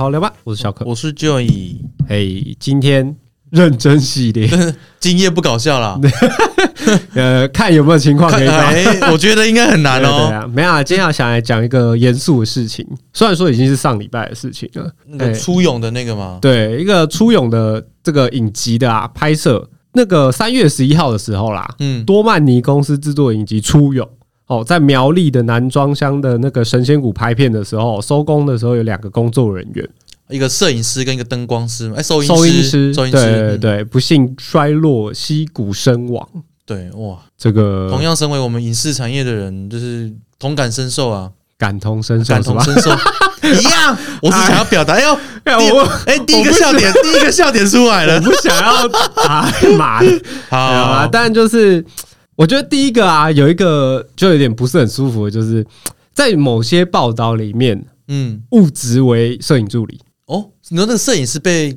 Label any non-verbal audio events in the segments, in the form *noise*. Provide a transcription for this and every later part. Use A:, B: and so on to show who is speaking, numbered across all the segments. A: 好聊吧，我是小可。
B: *laughs* 我是 Joy，
A: 嘿，今天认真系
B: *laughs*
A: 列，
B: 今夜不搞笑啦。
A: 呃，看有没有情况可以搞。
B: 哎，我觉得应该很难
A: 对对
B: 哦。
A: 啊，没有啊，今天要想来讲一个严肃的事情，虽然说已经是上礼拜的事情了。
B: 那个
A: 哎
B: 出勇的那个嘛，
A: 对，一个出勇的这个影集的啊拍摄，那个三月十一号的时候啦，
B: 嗯，
A: 多曼尼公司制作影集《出勇》哦，在苗栗的南庄乡的那个神仙谷拍片的时候，收工的时候有两个工作人员，
B: 一个摄影师跟一个灯光师嘛，哎，收音
A: 收音
B: 师，
A: 师，
B: 收
A: 对
B: 音师，
A: 对
B: 嗯
A: 对，不幸衰落，溪谷身亡。
B: 对，哇，
A: 这个
B: 同样身为我们影视产业的人，就是同感深受啊，
A: 感同身受
B: 感
A: 是
B: 同
A: 吧？
B: 身受， *laughs* 一样。我是想要表达，哎呦，
A: 哎
B: 第
A: *laughs* 我
B: 哎，第一个笑点，第一个笑点出来
A: 我
B: 了。
A: 不想要打
B: *laughs*
A: 骂的，
B: 好好，
A: 啊
B: 好，
A: 但就是我觉得第一个啊，有一个就有点不是很舒服，的就是在某些报道里面，
B: 嗯，
A: 物质为摄影助理，
B: 哦，你说那个摄影师被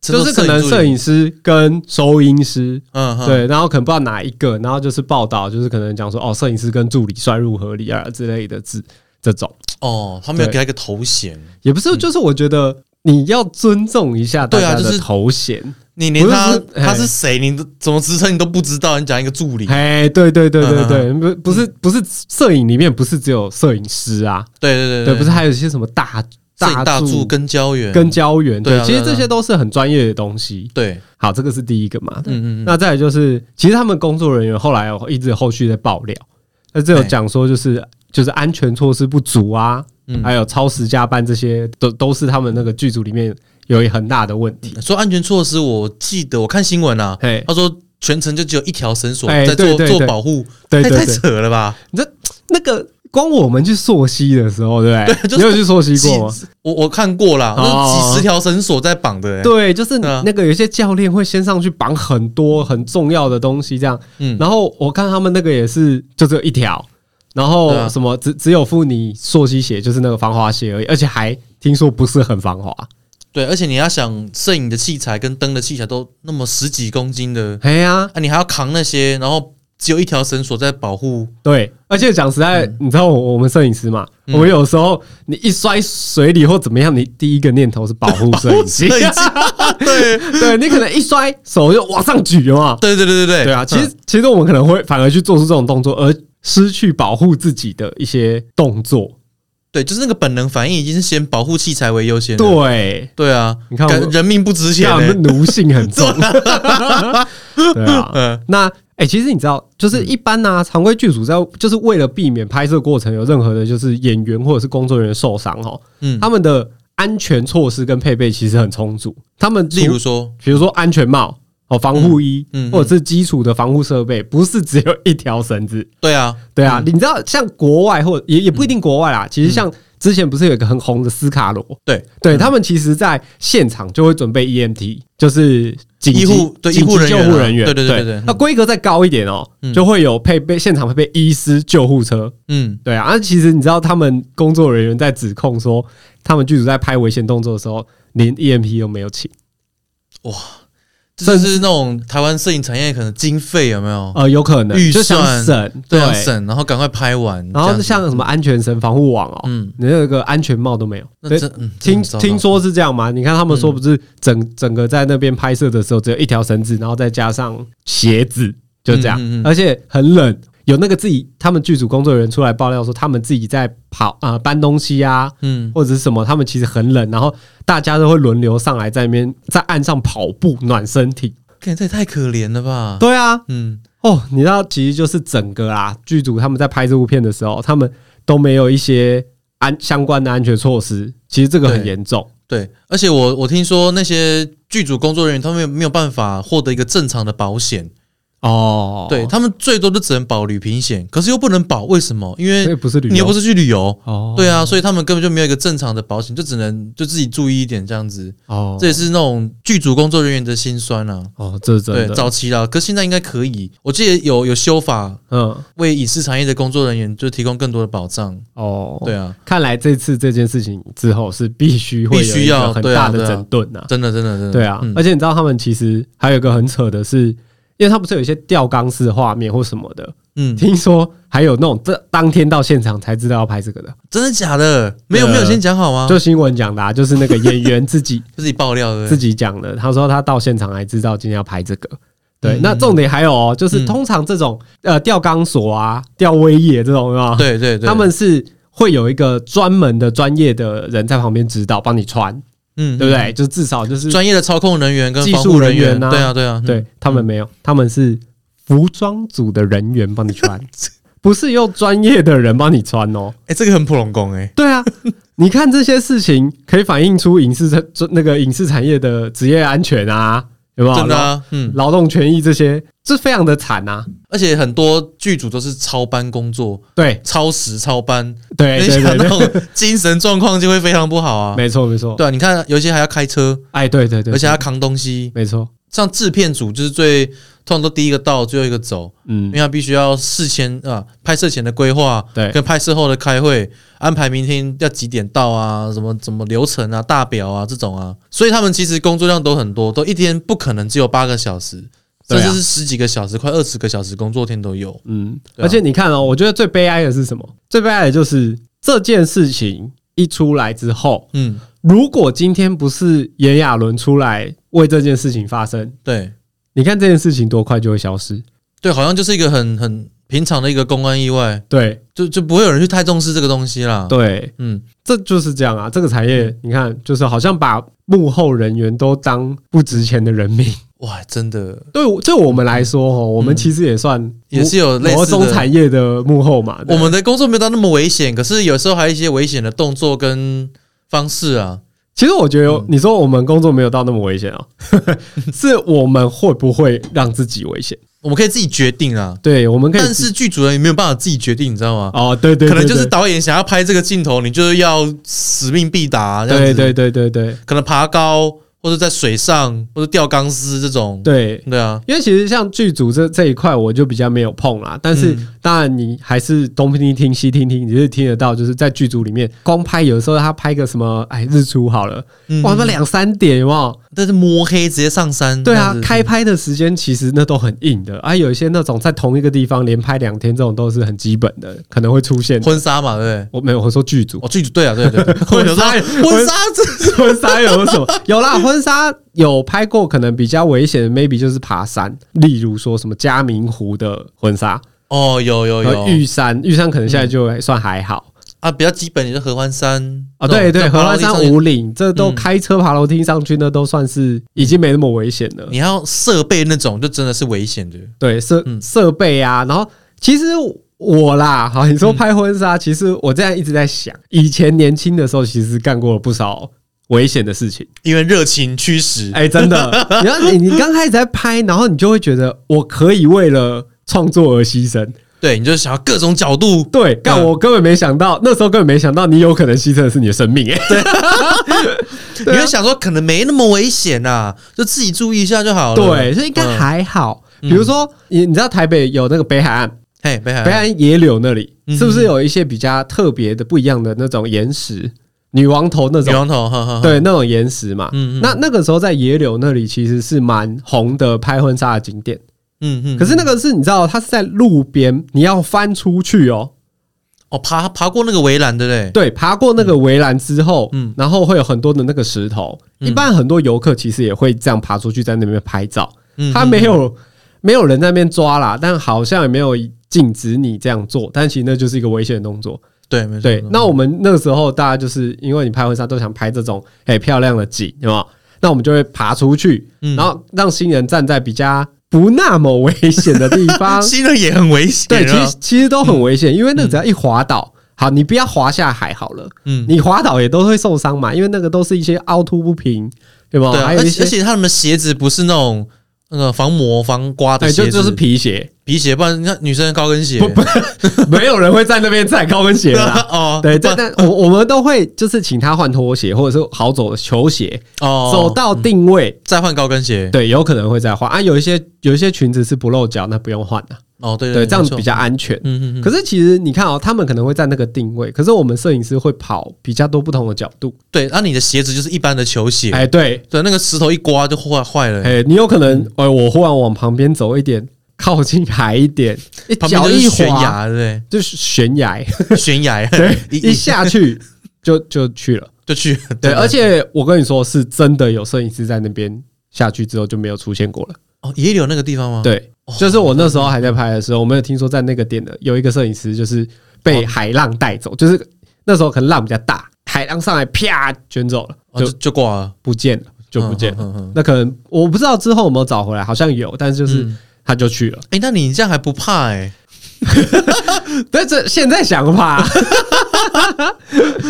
B: 称
A: 就
B: 作
A: 是可能
B: 助理
A: 摄，影师跟收音师。
B: 嗯，哼，
A: 对，然后可能不知道哪一个，然后就是报道，就是可能讲说哦，摄影师跟助理衰入合理啊之类的字，这种
B: 哦，他们有
A: 对
B: 给他一个头衔，
A: 也不是，就是我觉得你要尊重一下大
B: 嗯对啊
A: 家
B: 就
A: 的
B: 是
A: 头衔，
B: 你连他
A: 不是是
B: 他是谁，你都怎么职称你都不知道，你讲一个助理，
A: 哎，对对对对
B: 嗯
A: 对，不不是不是摄影里面不是只有摄影师啊，
B: 对对对
A: *laughs* 对，不是还有一些什么大
B: 摄影大
A: 助
B: 助跟胶原
A: 跟胶原，
B: 对
A: 对
B: 啊，
A: 其实
B: 对啊
A: 这些都是很专业的东西。
B: 对，
A: 好，这个是第一个嘛。
B: 嗯嗯嗯，
A: 那再来就是，其实他们工作人员后来有一直后续在爆料，那这有讲说就是就是安全措施不足啊，
B: 嗯
A: 还有超时加班这些都都是他们那个剧组里面有一很大的问题。
B: 说安全措施，我记得我看新闻啊，
A: 嗯嘿，
B: 他说全程就只有一条绳索
A: 哎
B: 在做
A: 对对
B: 做
A: 对
B: 保护，
A: 对
B: 太
A: 对
B: 太
A: 对，
B: 扯了吧？
A: 那个光我们去溯溪的时候，对不
B: 对就
A: 对？
B: 是
A: 你有去溯溪
B: 几
A: 过吗？
B: 我我看过啦，
A: 哦
B: 那几十条绳索在绑的，哎，
A: 对，就是
B: 对啊
A: 那个有些教练会先上去绑很多很重要的东西，这样。
B: 嗯，
A: 然后我看他们那个也是就只有一条，然
B: 对啊
A: 后什么只只有付你溯溪鞋，就是那个防滑鞋而已，而且还听说不是很防滑。
B: 对，而且你要想摄影的器材跟灯的器材都那么十几公斤的，
A: 哎呀，
B: 啊，你还要扛那些，然后只有一条绳索在保护，
A: 对，而且讲实在，你知道我我们摄影师嘛，
B: 嗯
A: 我们有时候你一摔水里或怎么样，你第一个念头是保护摄影机，
B: 摄
A: *laughs*
B: 影机 *laughs* 对
A: 对你可能一摔手就往上举了嘛。
B: 对对对对对，
A: 对啊，其
B: 嗯
A: 实其实我们可能会反而去做出这种动作，而失去保护自己的一些动作。
B: 对，就是那个本能反应已经是先保护器材为优先了，
A: 对，
B: 对啊，
A: 你看
B: 感
A: 我
B: 人命不值钱、
A: 我
B: 欸
A: 们，奴性很重。 *laughs* 对啊，
B: *laughs* 嗯，
A: 那哎、欸其实你知道，就是一般呢、常规剧组在就是为了避免拍摄过程有任何的，就是演员或者是工作人员受伤哦，
B: 嗯
A: 他们的安全措施跟配备其实很充足。他们除
B: 例如说，
A: 比如说安全帽哦、防护衣，
B: 嗯嗯嗯
A: 或者是基础的防护设备，不是只有一条绳子。
B: 对啊，
A: 对啊，你知道像国外或也也不一定国外啦，
B: 嗯
A: 其实像之前不是有一个很红的斯卡罗，
B: 对
A: 对他们其实在现场就会准备 EMT，就是紧急
B: 医护对
A: 紧急
B: 医护人
A: 救
B: 员啊
A: 护人员，
B: 对对对对对
A: 那规格再高一点哦、
B: 嗯
A: 就会有配备现场配备医师救护车。
B: 嗯，
A: 对啊，啊，其实你知道他们工作人员在指控说，他们剧组在拍危险动作的时候，连 EMT 都没有请，
B: 这就是那种台湾摄影产业可能经费有没有？
A: 呃，有可能
B: 哦预
A: 就想
B: 算
A: 省，
B: 对啊，省，然后赶快拍完。
A: 然
B: 这
A: 后
B: 样子
A: 像什么安全绳、防护网哦、
B: 嗯，
A: 你那个安全帽都没有，
B: 那
A: 对
B: 真嗯
A: 听
B: 真糟糕
A: 听说是这样嘛？你看他们说不是整整个在那边拍摄的时候，只有一条绳子，然后再加上鞋子，就这样
B: 嗯嗯嗯，
A: 而且很冷。有那个自己他们剧组工作人员出来爆料说，他们自己在跑啊、呃搬东西啊
B: 嗯，
A: 或者是什么，他们其实很冷，然后大家都会轮流上来在那边在岸上跑步暖身体。
B: 看这也太可怜了吧？
A: 对啊，
B: 嗯，
A: 哦，你知道，其实就是整个啦，剧组他们在拍这部片的时候，他们都没有一些安相关的安全措施，其实这个很
B: 对
A: 严重。
B: 对，而且我我听说那些剧组工作人员他们没有办法获得一个正常的保险，
A: 哦，
B: 对他们最多就只能保旅平险，可是又不能保，为什么？因
A: 所以
B: 为
A: 不是旅游，
B: 你又不是去旅游。
A: 哦，
B: 对啊，所以他们根本就没有一个正常的保险，就只能就自己注意一点这样子。
A: 哦，
B: 这也是那种剧组工作人员的辛酸啊。
A: 哦，这是真
B: 对，
A: 的，
B: 早期啦，可现在应该可以。我记得有有修法，
A: 嗯，
B: 为影视产业的工作人员就提供更多的保障。
A: 哦，
B: 对，啊，
A: 看来这次这件事情之后是必须会有
B: 必须
A: 一个
B: 要
A: 很
B: 对啊
A: 大
B: 对
A: 的
B: 啊
A: 整顿啊，
B: 真的，真的，真的。
A: 对啊
B: 嗯，
A: 而且你知道他们其实还有一个很扯的是，因为他不是有一些吊钢丝画面或什么的，
B: 嗯，
A: 听说还有那种这当天到现场才知道要拍这个的，
B: 真的假的？没有
A: 呃
B: 没有，先讲好吗？
A: 就新闻讲的、啊，就是那个演员自
B: *laughs*
A: 己
B: 就自己爆料的
A: 自，己讲的。他说他到现场才知道今天要拍这个。对
B: 嗯，
A: 那重点还有哦，就是
B: 嗯
A: 通常这种呃吊钢索啊、吊威业这种啊，
B: 对对对，
A: 他们是会有一个专门的专业的人在旁边指导，帮你穿，
B: 嗯，
A: 对不对？就至少就是
B: 专业的操控人员跟
A: 技
B: 防
A: 术
B: 护人
A: 人员
B: 员，
A: 啊
B: 对啊对啊，嗯，
A: 对他们没有，他们是服装组的人员帮你
B: *laughs*
A: 穿，不是用专业的人帮你穿哦。
B: 哎，这个很普龙宫哎，
A: 对啊，你看这些事情可以反映出影视这那个影视产业的职业安全啊，有没有？
B: 真的啊，嗯，
A: 劳劳动权益这些，这非常的惨啊。
B: 而且很多剧组都是超班工作，
A: 对
B: 超时超班，
A: 对
B: 你
A: 对
B: 想
A: 对
B: 那
A: 对，
B: 种精神状况就会非常不好啊。
A: 没错没错。
B: 对啊，你看有些还要开车，
A: 哎，对对对，
B: 而且还要扛东西。
A: 没错，
B: 像制片组就是最通常都第一个到，最后一个走，因
A: 嗯
B: 为，他必须要事前啊拍摄前的规划，
A: 对
B: 跟拍摄后的开会，安排明天要几点到啊，什么怎么流程啊、大表啊这种啊，所以他们其实工作量都很多，都一天不可能只有八个小时，甚
A: 对啊
B: 至是十几个小时、快二十个小时工作天都有。
A: 嗯，
B: 对啊
A: 而且你看哦，我觉得最悲哀的是什么？最悲哀的就是这件事情一出来之后，
B: 嗯，
A: 如果今天不是炎亚纶出来为这件事情发声，
B: 对
A: 你看这件事情多快就会消失。
B: 对，好像就是一个很很平常的一个公安意外，
A: 对
B: 就就不会有人去太重视这个东西啦。
A: 对，
B: 嗯，
A: 这就是这样啊。这个产业，你看，就是好像把幕后人员都当不值钱的
B: *laughs*
A: 人命。
B: 哇，真的
A: 对我，对我们来说，哦，我们其实也算
B: 嗯也是有类
A: 某
B: 似
A: 种
B: 的。
A: 产业的幕后嘛。对
B: 我们的工作没有到那么危险，可是有时候还有一些危险的动作跟方式啊。
A: 其实我觉得，你说我们工作没有到那么危险啊， *laughs* 是我们会不会让自己危险？
B: 我们可以自己决定啊，
A: 对，我们可以
B: 但是剧组人也没有办法自己决定，你知道吗？
A: 哦，对对，
B: 可能
A: 对
B: 就是导演想要拍这个镜头，你就是要使命必达、这样
A: 对
B: 子。
A: 对对对对
B: 可能爬高或者在水上或者吊钢丝这种。
A: 对，
B: 对啊，
A: 因为其实像剧组这这一块，我就比较没有碰啦。但是
B: 嗯
A: 当然，你还是东听听西听听，你是听得到，就是在剧组里面光拍，有的时候他拍个什么，哎，日出好了，
B: 嗯
A: 哇，那两三点有没有？
B: 但是摸黑直接上山。
A: 对
B: 这样
A: 啊
B: 子，
A: 开拍的时间其实那都很硬的，啊，有一些那种在同一个地方连拍两天，这种都是很基本的，可能会出现。
B: 婚纱嘛，对不对？
A: 我没有，我说剧组
B: 哦，剧组对啊，对啊对啊，
A: *laughs* 婚纱
B: 我想说婚纱这
A: *laughs* 婚纱有什么？有啦，婚纱有拍过，可能比较危险的，maybe 就是爬山，例如说什么嘉明湖的婚纱，
B: 哦，有有
A: 和
B: 有
A: 玉山，玉山可能现在就还算还好
B: 啊，比较基本的就是合欢山
A: 啊。对对，荷兰山、
B: 五。
A: 五岭，这都开车爬楼梯上去，那都算是已经没那么危险了。
B: 你要设备那种，就真的是危险的。
A: 对设
B: 嗯
A: 设备啊，然后其实我啦，好，你说拍婚纱，其实我这样一直在想，以前年轻的时候，其实干过了不少危险的事情。
B: 因为热情驱使，
A: 哎、真
B: *laughs*
A: 的，你要你你刚开始在拍，然后你就会觉得我可以为了创作而牺牲。
B: 对，你就想要各种角度，
A: 对，但
B: 嗯
A: 我根本没想到，那时候根本没想到你有可能牺牲的是你的生命、哎，
B: 你
A: 对啊
B: 会想说可能没那么危险呐、就自己注意一下就好了。，
A: 对，所以应该
B: 嗯
A: 还好。比如说，你你知道台北有那个北海岸，
B: 嘿，北海
A: 北海
B: 岸，
A: 岸野柳那里
B: 嗯
A: 是不是有一些比较特别的、不一样的那种岩石，女王头那
B: 女
A: 种，
B: 王头，哈哈，哈，
A: 对，那种岩石嘛？
B: 嗯嗯
A: 那那个时候在野柳那里其实是蛮红的拍婚纱的景点，
B: 嗯嗯。
A: 可是那个是你知道，它是在路边，你要翻出去哦，
B: 哦，爬爬过那个围栏，对不对？
A: 对，爬过那个围栏之后，
B: 嗯
A: 嗯，然后会有很多的那个石头，
B: 嗯
A: 一般很多游客其实也会这样爬出去在那边拍照，
B: 嗯
A: 他没，有没有人在那边抓啦，但好像也没有禁止你这样做，但其实那就是一个危险的动作。
B: 对，没错。
A: 对
B: 没，错
A: 那我们那个时候大家就是因为你拍婚纱都想拍这种很漂亮的景，有没有？那我们就会爬出去，
B: 嗯，
A: 然后让新人站在比较不那么危险的地方
B: *laughs* 新人也很危险啊。嗯
A: 对，其实其实都很危险，因为那个只要一滑倒，好，你不要滑下海好了，
B: 嗯，
A: 你滑倒也都会受伤嘛，因为那个都是一些凹凸不平，对吧？
B: 对啊，
A: 哦还
B: 而
A: 有一
B: 且而
A: 些，
B: 且他们的鞋子不是那种那个防磨防刮的
A: 对，
B: 鞋
A: 就
B: 子，
A: 就是皮鞋，
B: 皮鞋，不然你看女生高跟鞋，
A: 不没有人会在那边踩高跟鞋的啦。
B: *laughs* 哦，
A: 对，
B: 不
A: 但
B: 然
A: 但我我们都会就是请他换拖鞋，或者是好走的球鞋，
B: 哦，嗯
A: 走到定位，
B: 再换高跟鞋，
A: 对，有可能会再换啊。有一些有一些裙子是不露脚，那不用换的，啊
B: 哦，对
A: 对，这样
B: 没错
A: 比较安全。
B: 嗯嗯嗯，
A: 可是其实你看哦，他们可能会在那个定位，可是我们摄影师会跑比较多不同的角度，
B: 对，那、你的鞋子就是一般的球鞋，
A: 哎，对，
B: 对，那个石头一刮就坏坏了、
A: 哎哎、你有可能，哎、我忽然往旁边走一点， *laughs* 靠近海一点，一
B: 旁边
A: 脚
B: 就是
A: 一
B: 悬
A: 滑
B: 崖，对
A: 就是悬
B: *laughs*
A: 崖，
B: 不对？悬
A: *laughs*
B: 崖，
A: 对，
B: *laughs* 一
A: 一下去就就去了。
B: 就去，
A: 对，而
B: 且
A: 且我跟你说，是真的有摄影师在那边下去之后就没有出现过了。
B: 哦，也有那个地方吗？，
A: 对，就是我那时候还在拍的时候，我们有听说在那个点的有一个摄影师就是被海浪带走，就是那时候可能浪比较大，海浪上来啪卷走了，
B: 哦、就
A: 就
B: 就挂了，
A: 不见了，就不见了。
B: 嗯嗯嗯嗯
A: 那可能我不知道之后有没有找回来，好像有，但是就是
B: 嗯
A: 他就去了。
B: 哎、那你这样还不怕哎、
A: *laughs* 但这现在想吧，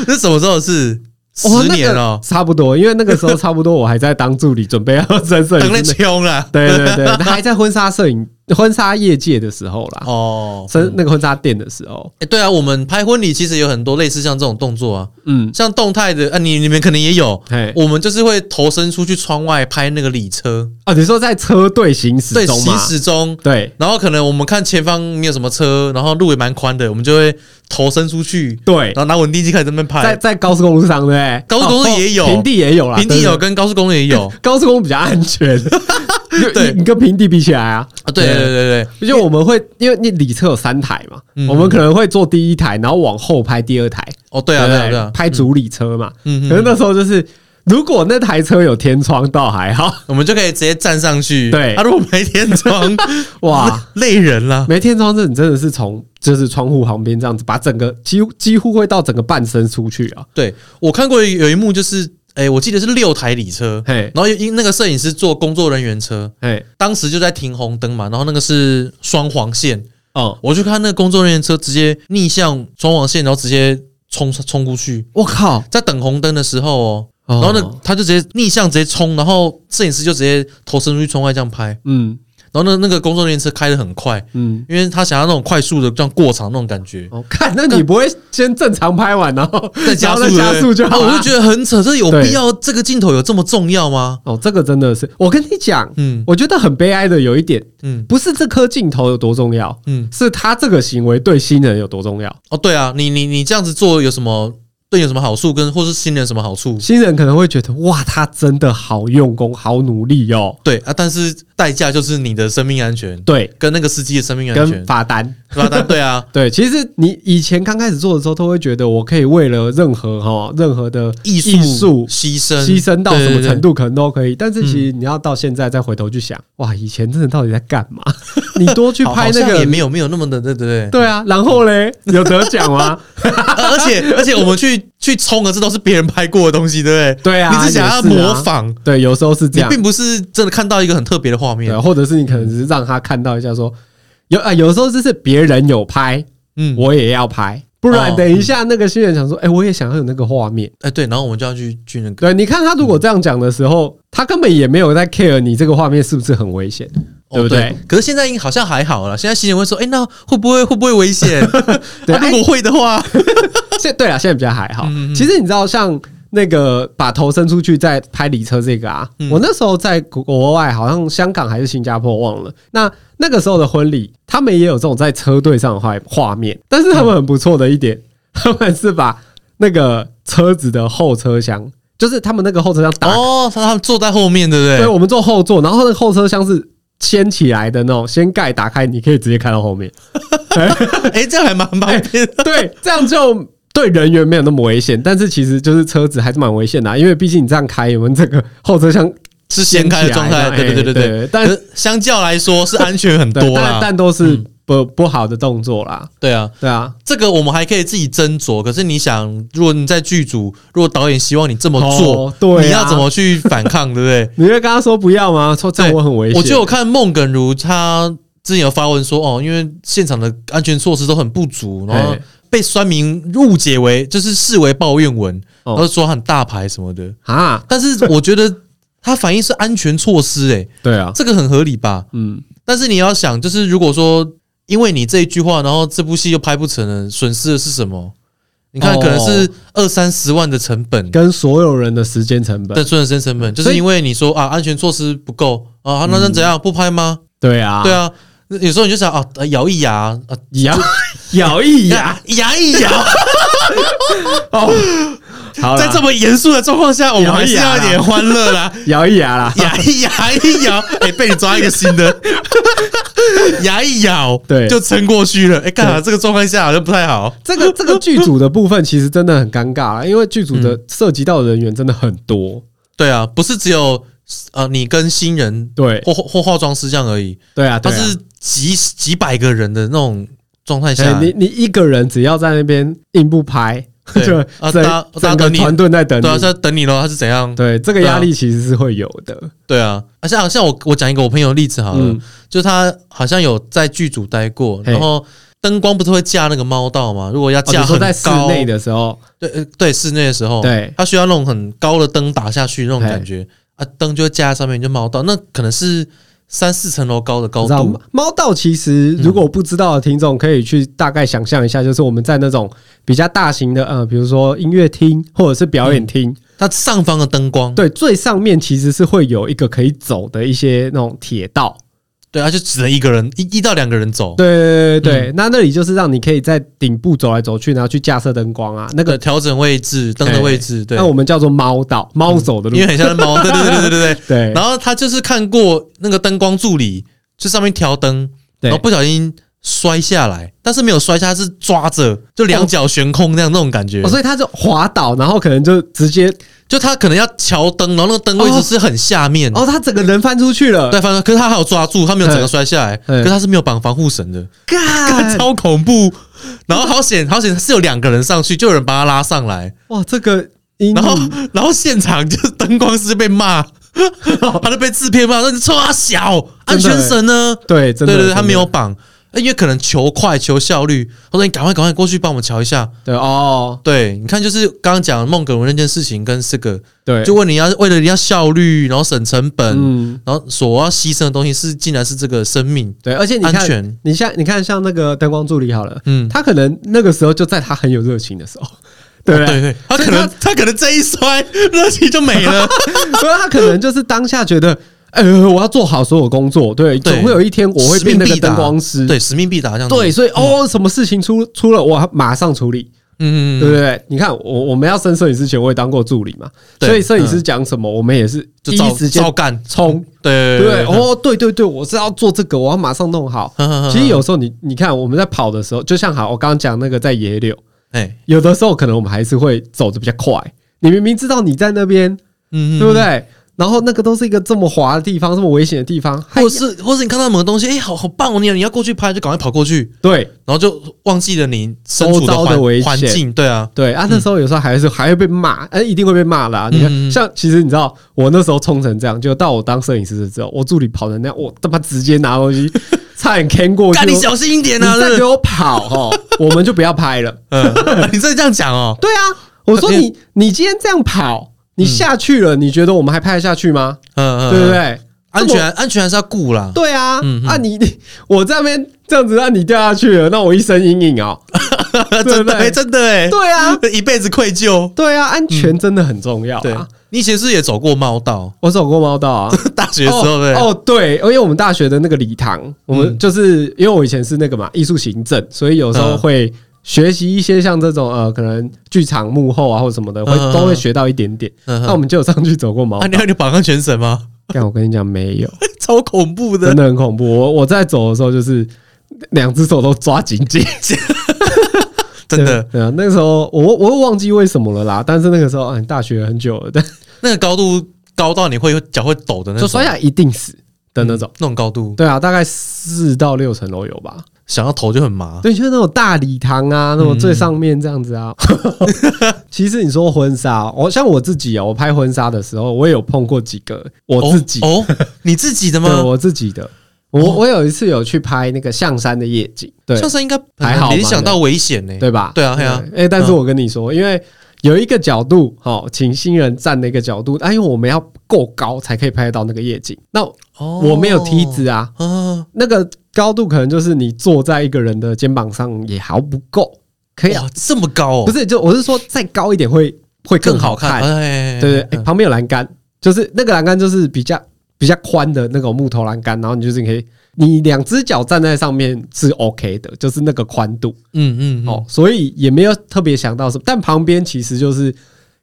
B: 这什么时候的事？
A: 我
B: *laughs* 十
A: 那
B: 年
A: 个
B: 哦、
A: 差不多，因为那个时候差不多我还在当助理，准备要升摄
B: 等
A: 影
B: 那
A: 师。
B: 穷了。
A: 对对对，还在婚纱摄影、婚纱业界的时候啦。
B: *laughs* 哦，
A: 生那个婚纱店的时候，
B: 哎、对啊，我们拍婚礼其实有很多类似像这种动作啊，
A: 嗯，
B: 像动态的，啊，你你们可能也有，
A: 嘿，
B: 我们就是会头伸出去窗外拍那个礼车，
A: 啊，你说在车队行驶
B: 对，
A: 中
B: 行
A: 嘛？
B: 驶中，
A: 对
B: 然后可能我们看前方没有什么车，然后路也蛮宽的，我们就会头伸出去，
A: 对
B: 然，后拿稳定机开始在那边
A: 在
B: 拍，
A: 在高速公路上对不对？
B: 哎
A: 哦
B: 高速公路也有
A: 平地也有啦，
B: 平地有
A: 对，
B: 跟高速公路也
A: 对，
B: 有
A: 高速公路比较安全。
B: *laughs* 对
A: 对，你跟平地比起来啊，
B: 啊，对对对对，
A: 就我们会因为你里车有三台嘛
B: 嗯，
A: 我们可能会坐第一台，然后往后拍第二台，
B: 哦对啊
A: 不
B: 对啊对啊，
A: 拍主里车嘛。
B: 嗯
A: 可是那时候就是，如果那台车有天窗，倒还
B: *laughs*
A: 好。
B: 我们就可以直接站上去，
A: 对
B: 啊，如果没天 *laughs* 窗，
A: 哇，
B: 累人了，
A: 没天窗这你真的是从就是窗户旁边这样子，把整个几乎几乎会到整个半身出去啊。
B: 对我看过有一幕就是，哎、我记得是六台礼车，
A: 嘿，
B: 然后因那个摄影师坐工作人员车，
A: 嘿，
B: 当时就在停红灯嘛，然后那个是双黄线，
A: 哦，
B: 我就看那个工作人员车直接逆向双黄线，然后直接冲冲过去，
A: 我靠，
B: 在等红灯的时候哦，
A: 然
B: 然后呢，他就直接逆向直接冲，然后摄影师就直接头伸出去窗外这样拍，
A: 嗯
B: 然后那那个工作人员车开得很快，
A: 嗯，
B: 因为他想要那种快速的这样过场那种感觉。
A: 哦，看，那你不会先正常拍完，然后
B: 再加速，
A: 然后再加速就
B: 对不
A: 好
B: 对
A: 了
B: 啊我就觉得很扯，这有
A: 对
B: 必要？这个镜头有这么重要吗？
A: 哦，这个真的是，我跟你讲，
B: 嗯
A: 我觉得很悲哀的有一点，
B: 嗯
A: 不是这颗镜头有多重要，
B: 嗯，
A: 是他这个行为对新人有多重要。
B: 哦，对啊，你你你这样子做有什么对你有什么好处，跟或是新人有什么好处？
A: 新人可能会觉得，哇，他真的好用功，好努力哦。
B: 对啊，但是代价就是你的生命安全
A: 对，
B: 跟那个司机的生命安全
A: 跟，罚单。
B: 对吧？但对啊，
A: *laughs* 对，其实你以前刚开始做的时候，都会觉得我可以为了任何哈任何的
B: 艺术
A: 术
B: 牺牲
A: 牺牲到什么程
B: 度？
A: 度，可能都可以。但是其实你要到现在再回头去想，哇，以前真的到底在干
B: *laughs*
A: 嘛？你多去
B: 去
A: 拍那
B: 也
A: 个，
B: 没嗯有没有那么的，对对对。
A: 对啊，然后嘞，有得奖
B: *laughs*
A: 吗？
B: 啊而
A: *laughs*
B: 且而且我们去去冲的，这都是别人拍过的东西，对不对？
A: 对啊
B: 你只想要
A: 也是啊
B: 模仿，
A: 对，有时候是这
B: 你
A: 样，
B: 并不是真的看到一个很特别的画面
A: 对，。哦或者是你可能只是让他看到一下说。有啊，有时候就是别人有拍，
B: 嗯，
A: 我也要拍，不然
B: 哦
A: 等一下那个新人想说，哎，我也想要有那个画面。
B: 哎对，然后我们就要去去那个，
A: 对，你看他如果这样讲的时候，他根本也没有在 care 你这个画面是不是很危险，对
B: 哦
A: 不对？？
B: 可是现在应该好像还好了，现在新人会说，哎，那会不会会不会危
A: *laughs*
B: 险？
A: 对哎
B: 啊如果会的话，
A: 现对啊，现在比较还好
B: 嗯嗯嗯。
A: 其实你知道，像那个把头伸出去在拍里车这个啊
B: 嗯，
A: 我那时候在国国外，好像香港还是新加坡忘了。那那个时候的婚礼，他们也有这种在车队上的画画面，但是他们很不错的一点，他们是把那个车子的后车厢，就是他们那个后车厢打
B: 哦，他他们坐在后面，对不对？
A: 对，我们坐后座，然后那个后车厢是掀起来的那种，掀盖打开，你可以直接看到后 *laughs* 面。
B: 哎、这样还蛮方便的。
A: 对，这样就对人员没有那么危险，但是其实就是车子还是蛮危险的啊、因为毕竟你这样开，我们这个后车厢
B: 是掀开的状态，
A: 掀起
B: 对
A: 来
B: 对对对
A: 哎
B: 对。
A: 但
B: 可是相较来说是安全很
A: 对
B: 多
A: 但
B: 啦。
A: 但都是不、不好的动作啦。
B: 对啊，
A: 对啊，
B: 这个我们还可以自己斟酌。可是你想，如果你在剧组，如果导演希望你这么做
A: 哦，对啊
B: 你要怎么去反抗，对
A: *laughs*
B: 不对？
A: 你会跟他说不要吗？说这样
B: 对
A: 我很危险。
B: 我就有看孟耿如她之前有发文说，哦，因为现场的安全措施都很不足，然后
A: 嘿
B: 被酸民误解为就是视为抱怨文，
A: 哦
B: 然后说她很大牌什么的。
A: 啊，
B: 但是我觉得她反应是安全措施、欸，
A: 对啊，
B: 这个很合理吧？
A: 嗯，
B: 但是你要想，就是如果说因为你这一句话，然后这部戏又拍不成了，损失的是什么？你看，
A: 哦
B: 可能是二三十万的成本，
A: 跟所有人的时间成本
B: 但，损失成本，就
A: 所
B: 是
A: 以
B: 因为你说啊，安全措施不够啊，那那怎样不拍吗？
A: 对嗯啊，
B: 对，啊，有时候你就想啊，呃咬一牙啊，
A: *laughs* 咬咬一 *laughs* 牙，
B: 牙牙一牙，啊
A: 哦，好啦
B: 在这么严肃的状况下，我们还是要一点
A: *laughs*
B: 欢乐啦。
A: 咬一牙啦。 *laughs*
B: *laughs* 牙一牙一咬，哎、被你抓一个新的，牙一咬，
A: 对
B: 就撑过去了。哎，干啥？这个状况下好像不太好。
A: 这个这
B: 嗯
A: 个剧组的部分其实真的很尴尬啊，因为剧组的涉及到的人员真的很多。
B: 对啊，不是只有呃你跟新人
A: 对
B: 或或化妆师这样而已，
A: 对啊，
B: 哦他
A: 对啊
B: 是几几百个人的那种状态下
A: 哎，你你一个人只要在那边硬不拍，
B: *laughs*
A: *laughs*
B: 对
A: 就
B: 啊
A: 整
B: 大家大家
A: 整个
B: 等你
A: 团队在等
B: 对啊，
A: 你。
B: 在等你咯，他是怎样？
A: 对，这个压力其实是会有的。
B: 对啊，啊像像我我讲一个我朋友的例子好了，
A: 嗯
B: 就是他好像有在剧组待过，
A: 嘿
B: 然后灯光不是会架那个猫道吗？如果要
A: 哦
B: 架
A: 你说
B: 很
A: 在室
B: 高，
A: 内的时候，
B: 对呃对室内的时候，
A: 对
B: 他需要那种很高的灯打下去那种
A: 嘿
B: 感觉啊，灯就会架在上面就猫道，那可能是三四层楼高的高
A: 你知道
B: 度
A: 吗，猫道其实如果不知道的听众可以去大概想象一下，就是我们在那种比较大型的呃，比如说音乐厅或者是表演厅，
B: 它上方的灯光，
A: 对，最上面其实是会有一个可以走的一些那种铁道。
B: 对，他就只能一个人一一到两个人走，
A: 对对对对
B: 嗯
A: 对，那那里就是让你可以在顶部走来走去，然后去架设灯光啊，那
B: 对，
A: 个
B: 调整位置灯的
A: 嘿
B: 位置，对
A: 哎
B: 嗯
A: 那，我们叫做猫道，猫走的路
B: 因为。很
A: *laughs*
B: 像猫，对对对对对对对。
A: 对，
B: 然后他就是看过那个灯光助理，就上面调灯，
A: 对
B: 然后不小心摔下来，但是没有摔下，是抓着，就两脚悬空那样那种感觉。
A: 哦，所以他就滑倒，然后可能就直接，
B: 就他可能要调灯，然后那个灯位置
A: 哦
B: 是很下面。
A: 哦，他整个人翻出去了，
B: 嗯对，反正可是他还有抓住，他没有整个摔下来，
A: 嗯
B: 可是他是没有绑防护绳的，
A: 干，
B: *laughs* 超恐怖。然后好险，好险是有两个人上去，就有人把他拉上来，
A: 哇，这个阴
B: 然后
A: 影，
B: 然后现场就是灯光师被骂，
A: 哦
B: 他就被制片骂，说你冲他小，安全绳呢？
A: 对，欸真的，
B: 对对对，他
A: 真的
B: 没有绑，哎因为可能求快求效率，他说你赶快赶快过去帮我们瞧一下。
A: 对哦，
B: 对，你看就是刚刚讲孟葛文那件事情跟这个，
A: 对，
B: 就问你要为了你要效率，然后省成本，
A: 嗯，
B: 然后所要牺牲的东西是竟然是这个生命
A: 对，而且你
B: 安
A: 看，
B: 全。
A: 你像你看像那个灯光助理好了，
B: 嗯，
A: 他可能那个时候就在他很有热情的时候，对不
B: 哦对
A: 对？
B: 对，他
A: 所以
B: 可能他可能这一摔， *laughs* 热气就没了。
A: 所以他可能就是当下觉得。呃，我要做好所有工作，对，
B: 对
A: 总会有一天 *laughs* 我会
B: 使
A: 变
B: 命
A: 那个
B: 必达
A: 灯光师，
B: 对，嗯使命必达这样子。
A: 对，所以哦，什么事情出出了，我马上处理，
B: 嗯，嗯
A: 对
B: 嗯，
A: 不对？你看，我我们要升摄影师前，我也当过助理嘛，
B: 对嗯
A: 所以摄影师讲什么，我们也是
B: 就
A: 第一
B: 照
A: 时间
B: 照干。
A: 冲，
B: 对嗯
A: 对不对？，哦，对对对，我是要做这个，我要马上弄好。*laughs*
B: 哦
A: 其实有时候你你看我们在跑的时候，就像好，我刚刚讲那个在野柳，
B: 哎，
A: 有的时候可能我们还是会走的比较快。你明明知道你在那边，
B: 嗯
A: 对不？对？然后那个都是一个这么滑的地方，这么危险的地方，还
B: 或者是或者你看到某个东西，哎、好好棒哦！你你要过去拍，就赶快跑过去，
A: 对
B: 然后就忘记了你身处
A: 周遭的
B: 环
A: 危险
B: 环境，对啊，
A: 对啊，那时候有时候还是还会被骂，哎，一定会被骂啦。你
B: 嗯嗯嗯
A: 看，像其实你知道，我那时候冲成这样，就到我当摄影师之后，我助理跑成那样，我他妈直接拿东
B: *laughs*
A: 西差点 can 过去
B: 干，你
A: 我
B: 小心一点啊！
A: 你再
B: 真
A: 给
B: 的
A: 我跑
B: *laughs*
A: 哦，我们就不要拍了。
B: 嗯， *laughs* 你真的这样讲哦？
A: 对啊，我说
B: 那
A: 你你今天这样跑，你下去了，你觉得我们还拍得下去吗？
B: 嗯嗯，
A: 对不
B: 嗯？
A: 对？
B: 安
A: 这么
B: 全安全还是要顾啦，
A: 对啊
B: 嗯，嗯
A: 啊你你 *laughs* 我这边这样子让你掉下去了，那我一身阴影哦。
B: 真 *laughs*
A: 对
B: 的
A: 不
B: 哎
A: 对
B: 真的哎，
A: 对啊，
B: *laughs* 一辈子愧疚。
A: 对啊，安全真的很重要
B: 对
A: 啊。，
B: 你以前是不是也走过猫道，
A: 我走过猫道
B: *laughs*
A: 啊，
B: 大学的时候对不对，
A: 哦，哦对，因为我们大学的那个礼堂，我们
B: 嗯
A: 就是、因为我以前是那个嘛艺术行政，所以有时候会学习一些像这种呃，可能剧场幕后啊或者什么的，会、
B: 嗯嗯嗯
A: 都会学到一点点。
B: 嗯
A: 那我
B: 哼
A: 们就有上去走过毛
B: 啊，， *laughs* 你要你绑安全绳吗？ *laughs*
A: 但我跟你讲没有，
B: 超恐怖
A: 真
B: 的，
A: 的很恐怖。我我在走的时候就是两只手都抓紧紧，
B: 真的，
A: *laughs* 对啊，那个时候我我又忘记为什么了啦，但是那个时候嗯、大学很久了，但
B: 那个高度高到你会脚会抖的那
A: 就
B: 种，
A: 摔下来一定死的那种。
B: 那种高度，
A: 对啊，大概四到六层楼有吧。
B: 想要头就很麻。
A: 对，就是那种大礼堂啊，那种最上面这样子啊。 *laughs* 其实你说婚纱，我像我自己啊，我拍婚纱的时候，我也有碰过几个我自己，
B: 哦，哦你自己的
A: 对
B: 吗？哦
A: 我自己的。我、我有一次有去拍那个象山的夜景，对
B: 上山应该
A: 还好吧
B: 联想到危险呢。
A: 对吧？
B: 对啊对啊
A: 哎、但是我跟你说，因为有一个角度，好、请新人站的一个角度，哎，因为我们要够高才可以拍到那个夜景。那
B: 哦
A: 我没有梯子啊，
B: 啊，
A: 那个高度可能就是你坐在一个人的肩膀上也还不够，可以啊
B: 哇，这么高哦，
A: 不是，就我是说再高一点会会
B: 更
A: 好
B: 好看？哎，
A: 对对，哎旁边有栏杆，就是那个栏杆就是比较比较宽的那种木头栏杆，然后你就是可以，你两只脚站在上面是 OK 的，就是那个宽度
B: 嗯嗯，
A: 哦
B: 哦，，
A: 所以也没有特别想到什么，但旁边其实就是。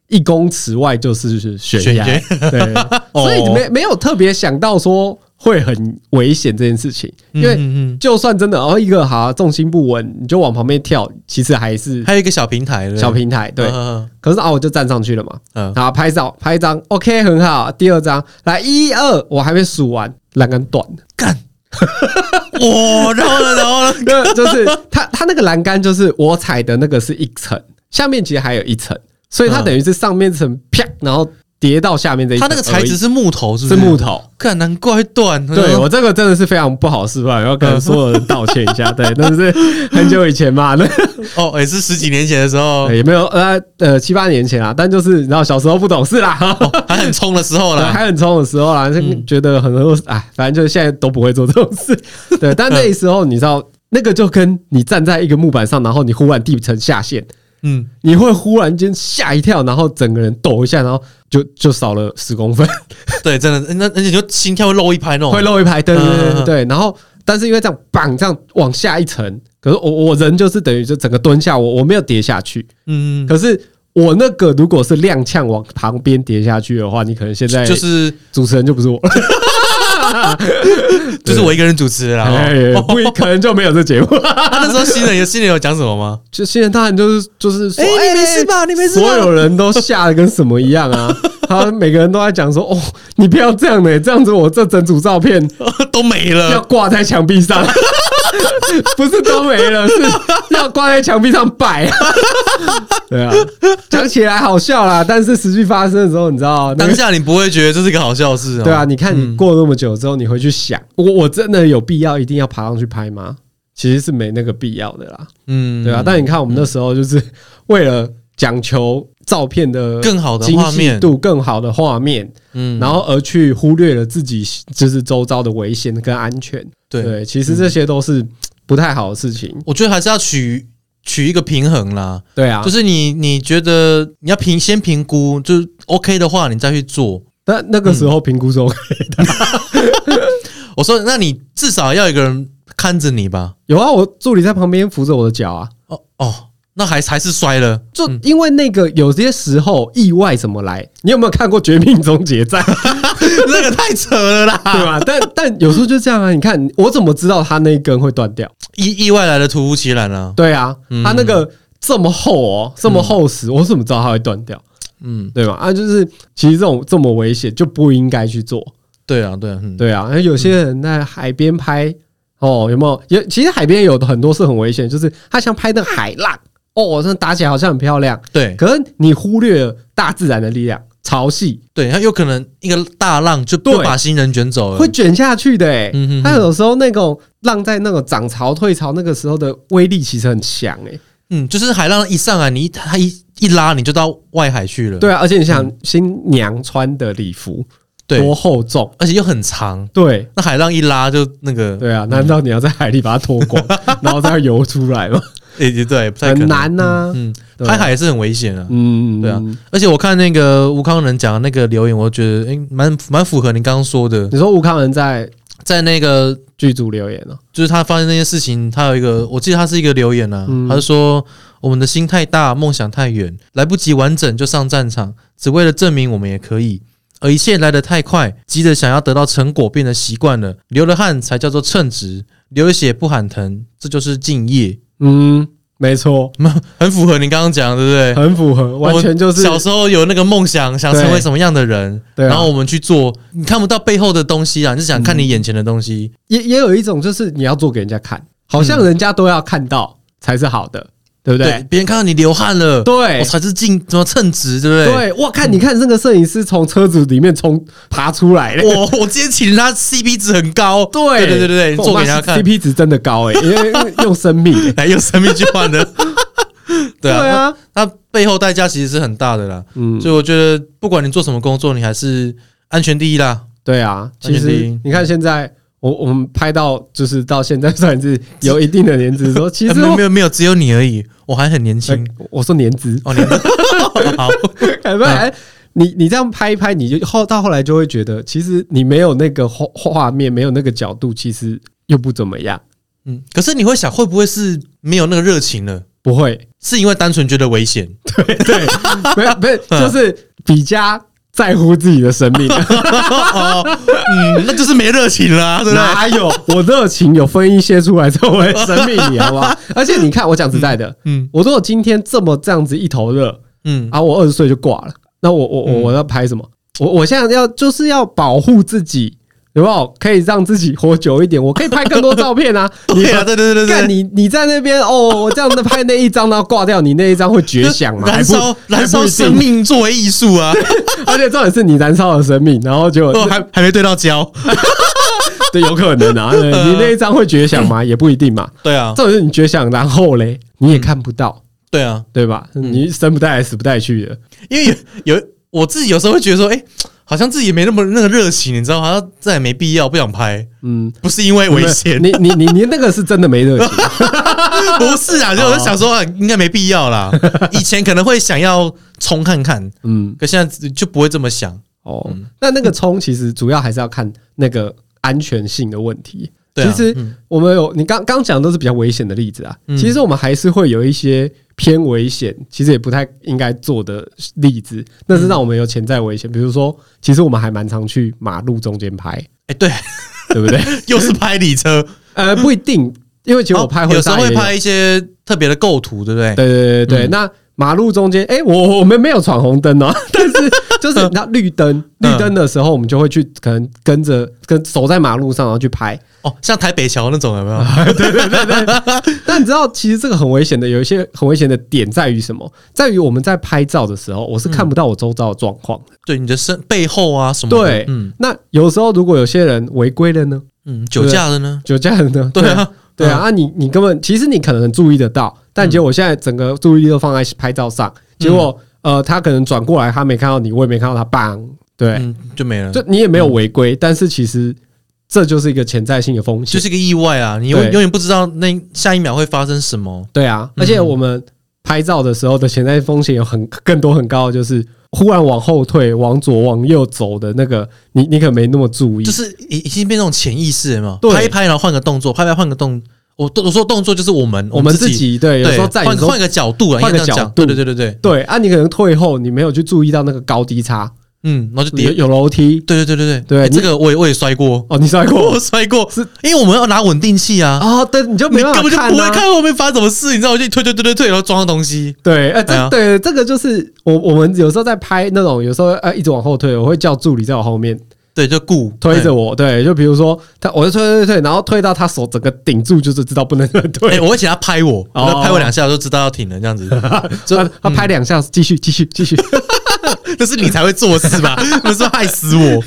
A: 一公尺外就是悬
B: 悬
A: 崖，
B: 崖
A: 对，
B: *laughs* 哦
A: 所以没没有特别想到说会很危险这件事情，因为
B: 嗯嗯
A: 就算真的哦一个好啊重心不稳，你就往旁边跳，其实还是
B: 嗯还有一个小平台，对不对
A: 小平台对。
B: 嗯
A: 可是啊，我就站上去了嘛，
B: 嗯嗯
A: 然后拍照拍一张，OK 很好。第二张来一二，我还没数完，栏杆
B: *laughs*
A: 断了，
B: 哇，然后呢，然后
A: *laughs*
B: 呢，
A: 对就是它它那个栏杆就是我踩的那个是一层，下面其实还有一层，所以它
B: 嗯
A: 等于是上面层啪，然后叠到下面这一层
B: 它
A: 而已，
B: 那个材质是木头，是不嗯
A: 是
B: 是
A: 木？头。
B: 看，难怪会断。
A: 对我这个真的是非常不好示范，要跟所有人道歉一下。对，但是很久以前嘛，那
B: 哦，也是十几年前的时候，
A: 也没有呃呃七八年前啦，但就是你知道小时候不懂事啦， *laughs*
B: 还很冲的时候哦啦。嗯
A: 还很冲的时候啦，就觉得很多哎，反正就是现在都不会做这种事。对，
B: *laughs*
A: 但
B: 嗯
A: 那时候你知道，那个就跟你站在一个木板上，然后你忽然地层下陷，
B: 嗯，
A: 你会忽然间吓一跳，然后整个人抖一下，然后就就少了十公分。
B: 对，真的，那而且你就心跳会漏一拍那种，
A: 会漏一排，对对对
B: 哦嗯嗯
A: 对
B: 嗯
A: 对。然后，但是因为这样绑这样往下一层，可是我我人就是等于就整个蹲下，我我没有跌下去。
B: 嗯，
A: 可是我那个如果是踉跄往旁边跌下去的话，你可能现在
B: 就是哦
A: 主持人就不是我，了
B: 就是我一个人主持的啦。
A: 哎
B: 哦，
A: 不一可能就没有这
B: *laughs*
A: 节目。
B: 他那时候新人有新人有讲什么吗？
A: 就现在当然就是就是说，哎
B: 你没事吧？你没事吧？
A: 所有人都吓得跟什么一样啊！他每个人都在讲说：“哦，你不要这样呢、这样子我这整组照片
B: *laughs* 都没
A: 要
B: 了，
A: 挂在墙壁上， *laughs* 不是都没了，是要挂在墙壁上
B: *laughs*
A: 摆。对啊，讲起来好笑啦，但是实际发生的时候，你知道那
B: *laughs* 当
A: 个。
B: 下你不会觉得这是个好笑的事哦。
A: 对啊，，你看你过那么久之后，你回去想，
B: 嗯
A: 我我真的有必要一定要爬上去拍吗？其实是没那个必要的啦，
B: 嗯，
A: 对啊。但你看我们那时候就是为了讲求照片的
B: 更好的
A: 精
B: 画
A: 细
B: 面，
A: 度、更好的画面，
B: 嗯，
A: 然后而去忽略了自己就是周遭的危险跟安全。
B: 对，嗯
A: 其实这些都是不太好的事情。
B: 我觉得还是要取取一个平衡啦，
A: 对啊，
B: 就
A: 就是
B: 是你你觉得你要评先评估，就是 OK 的话，你再去做。
A: 那那个时候评估
B: 嗯
A: 说
B: 我说，那你至少要有一个人看着你吧。
A: 有啊，我助理在旁边扶着我的脚啊。
B: 哦哦，那还还是摔了， *laughs*
A: 就因为那个有些时候意外怎么来，你有没有看过《绝命终结战》
B: 那个太扯了啦！
A: *laughs* 对吧？但但有时候就这样啊，你看我怎么知道他那一根会断掉？
B: 意意外来的突如其来啊。
A: 对啊，
B: 嗯
A: 他那个这么厚哦，这么厚实，我怎么知道它会断掉？
B: 嗯，
A: 对吧？啊，就是其实这种这么危险就不应该去做。
B: 对啊，对啊，嗯，
A: 对啊，那有些人在海边拍哦，有没有？也其实海边有的很多是很危险，就是他想拍那个海浪哦，那打起来好像很漂亮，
B: 对
A: 可是你忽略了大自然的力量，潮汐
B: 对，他有可能一个大浪就就
A: 对
B: 把新人卷走了，
A: 会卷下去的、欸。
B: 嗯嗯哼哼
A: 它有时候那种浪在那种涨潮退潮那个时候的威力其实很强欸诶、
B: 嗯，就是海浪一上来，你一它一一拉你就到外海去了，
A: 对啊，而且你想新娘穿的礼服
B: 嗯对，
A: 多厚重？
B: 而且又很长，
A: 对
B: 那海浪一拉就那个，
A: 对啊，难道你要在海里把它脱
B: *laughs*
A: 光，然后再游出来吗？
B: 也也对，不太可
A: 很
B: 能。
A: 难呐、
B: 嗯，
A: 对啊
B: 拍海也是很危险啊。
A: 嗯，
B: 对啊而且我看那个吴康仁讲的那个留言，我觉得诶蛮蛮符合你刚刚说的，
A: 你说吴康仁在
B: 在那个
A: 剧组留言哦、
B: 就是他发生那些事情，他有一个，我记得他是一个留言啊，
A: 嗯
B: 他就说我们的心太大，梦想太远，来不及完整就上战场，只为了证明我们也可以。而一切来得太快，急着想要得到成果，变得习惯了，流了汗才叫做称职，流了血不喊疼，这就是敬业。
A: 嗯，没错，
B: 很符合你刚刚讲的，对不对？
A: 很符合，完全就是
B: 我们小时候有那个梦想，想成为什么样的人，
A: 对啊
B: 然后我们去做，你看不到背后的东西啊，你是想看你眼前的东西。
A: 也也有一种就是你要做给人家看，好像
B: 嗯
A: 人家都要看到才是好的，对不
B: 对
A: 对？，
B: 别人看到你流汗了，
A: 对
B: 我才是尽怎么称职，对不对？
A: 对，哇，看你看那个摄影师从车子里面冲爬出来嘞。
B: *laughs* 我我今天请人家 CP 值很高，
A: 对
B: 对对对对，你做给人家看，
A: ，CP 值真的高哎、因为因为用生命、欸
B: 来用生命去换 *laughs* 的， *laughs* 对啊，
A: 啊，
B: 那背后代价其实是很大的啦。
A: 嗯，
B: 所以我觉得，不管你做什么工作，你还是安全第一啦。
A: 对啊，
B: 完
A: 其
B: 全第一
A: 实你看现在。我我们拍到就是到现在算是有一定的年资，
B: *laughs*
A: 说其
B: 呃
A: 实
B: 没有
A: 我
B: 没有没有，只有你而已，我还很年轻。
A: 呃我说年资， *laughs*
B: *laughs*
A: 哎
B: 哦，年好，
A: 不然你你这样拍一拍，你就后到后来就会觉得，其实你没有那个画画面，没有那个角度，其实又不怎么样。
B: 嗯，可是你会想，会不会是没有那个热情了？
A: 不会，
B: *laughs* 是因为单纯觉得危险？
A: 对，没有，不是，就是比较在乎自己的生
B: *laughs*
A: 命，
B: 哦，嗯，那就是没热情啦、对不对？
A: 哪有我热情有分一些出来在我的生命里，好不好？而且你看，我讲实在的，
B: 嗯
A: 我如果今天这么这样子一头热
B: 嗯，
A: 啊，我二十岁就挂了，那我我我我要拍什么？我我现在要就是要保护自己，有没有可以让自己活久一点？我可以拍更多照片啊！你
B: *laughs* *laughs* 对啊，对对对对
A: 看
B: 对。
A: 你你在那边哦，我这样子拍那一张，然后挂掉，你那一张会绝响嘛？还
B: *laughs* 燃
A: 不
B: 烧燃
A: 还
B: 烧
A: 不一定
B: 生命作为艺术 *laughs* 啊，
A: *laughs* 而且重点是你燃烧了生命，然后结果
B: 哦，还还没对到焦，
A: 对，有可能
B: *laughs*
A: 啊，对你那一张会绝响吗？也不一定嘛。
B: 对啊，
A: 重点是你绝响，然后嘞，你
B: 嗯
A: 也看不到，
B: 对啊，
A: 对吧？你生不带来，死不带去的。
B: 因为有有我自己有时候会觉得说，哎、好像自己没那么那个热情，你知道吗，好像再也没必要，不想拍，
A: 嗯，
B: 不是因为危 *laughs* 险，
A: 你你你你那个是真的没热
B: *laughs*
A: 情，
B: 不是啊，就我就想说，啊应该没必要 *laughs* 啦。以前可能会想要冲看看，
A: 嗯，
B: 可现在就不会这么想。
A: 哦，
B: 嗯
A: 那那个冲其实主要还是要看那个安全性的问题。
B: 对啊
A: 其实
B: 嗯
A: 我们有你刚刚讲都是比较危险的例子啊，其实我们还是会有一些偏危险，其实也不太应该做的例子，那是让我们有潜在危险。比如说，其实我们还蛮常去马路中间拍，
B: 哎、对， *laughs*
A: 对不对？
B: 又是拍里车，
A: 呃，不一定，因为其实我拍
B: 哦
A: 婚
B: 有时候
A: 纱也
B: 会拍一些特别的构图，对不对？
A: 对对对
B: 嗯
A: 对，那马路中间，哎、我我们没有闯红灯哦， *laughs* 但是
B: 嗯
A: 就是那绿灯，绿灯的时候，我们就会去可能跟着跟守在马路上，然后去拍。
B: 哦，像台北桥那种有没有？ *laughs*
A: 但你知道，其实这个很危险的，有一些很危险的点在于什么？在于我们在拍照的时候，我是看不到我周遭的状况。
B: 对，你的身背后啊什么的？
A: 对，
B: 嗯
A: 那有时候如果有些人违规了呢，
B: 嗯，酒驾的呢？
A: 酒驾了呢，
B: 对啊，
A: 对啊，啊你你根本其实你可能注意得到，
B: 嗯
A: 但结果我现在整个注意力都放在拍照上，结果呃，他可能转过来，他没看到你，我也没看到他，棒，对，
B: 嗯，就没了，
A: 就你也没有违规，但是其实这就是一个潜在性的风
B: 就
A: 险，
B: 是一个意外啊！你永
A: 对
B: 永远不知道那下一秒会发生什么。
A: 对啊，而且我们拍照的时候的潜在风险有很更多很高的就是。忽然往后退、往左、往右走的那个，你你可没那么注意，
B: 就是已已经变那种潜意识了嘛，
A: 对
B: 拍一拍，然后换个动作，拍一拍换个动。我我说动作就是我们
A: 我们自己对，有
B: 对
A: 时候在有
B: 换
A: 时候
B: 换个角度啊，
A: 换个
B: 应该这样讲
A: 角度
B: 对对对对对，
A: 对啊，你可能退后，你没有去注意到那个高低差，
B: 嗯，然后就
A: 有
B: 跌，
A: 有楼梯
B: 对对对对对
A: 对
B: 哎
A: 你
B: 这个我也我也摔过，
A: 哦，你摔过，
B: 我摔过，
A: 是
B: 因为我们要拿稳定器啊，
A: 哦，对，你就
B: 你
A: 没
B: 根
A: 办法
B: 本就
A: 看、啊、
B: 不会看后面发生什么事，你知道，我就推推推推推，然后装到东西，
A: 对，呃，
B: 哎呀
A: 这对这个就是我我们有时候在拍那种，有时候呃一直往后推，我会叫助理在我后面
B: 对，就顾
A: 推着
B: 我，
A: 我，对，就比如说他，我就推推推，推然后推到他手整个顶住，就是知道不能
B: 哎，
A: 推，
B: 我会请他拍我，
A: 哦
B: 然后拍我两下，我就知道要停哎了，这嗯样子， *laughs*
A: 就他拍两下，继续继续继续，
B: 那是你才会做事吧？ *laughs* 不是害死我，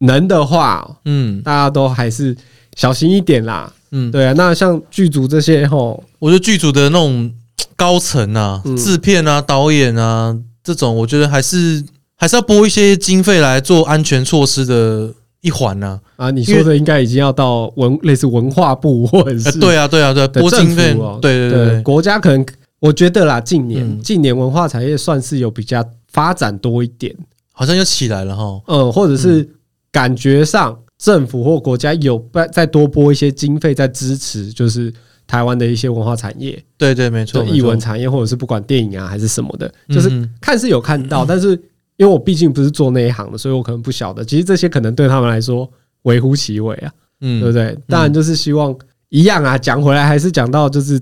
A: 能的话，
B: 嗯
A: 大家都还是小心一点啦。
B: 嗯，
A: 对啊，那像剧组这些吼，
B: 我觉得剧组的那种高层啊、制片啊、导演啊这种，我觉得还是还是要拨一些经费来做安全措施的一环呐、
A: 啊，你
B: 因
A: 说
B: 为
A: 的应该已经要到文类似文化部或者
B: 呃
A: 是
B: 对啊，对啊，对啊，
A: 的
B: 拨
A: 政
B: 经费
A: 府哦，，
B: 对对对对，
A: 国家可能我觉得啦，近年、
B: 嗯
A: 近年文化产业算是有比较发展多一点，
B: 好像又起来了哈。
A: 嗯，或者是感觉上政府或国家有再再多拨一些经费在支持，就是台湾的一些文化产业，
B: 对对，没错，
A: 就
B: 没错
A: 艺文产业或者是不管电影啊还是什么的，就是
B: 嗯
A: 看是有看到，但是因为我毕竟不是做那一行的，所以我可能不晓得，其实这些可能对他们来说微乎其微啊。
B: 嗯，
A: 对不
B: 对
A: 对？当然就是希望一样啊。讲回来，还是讲到就是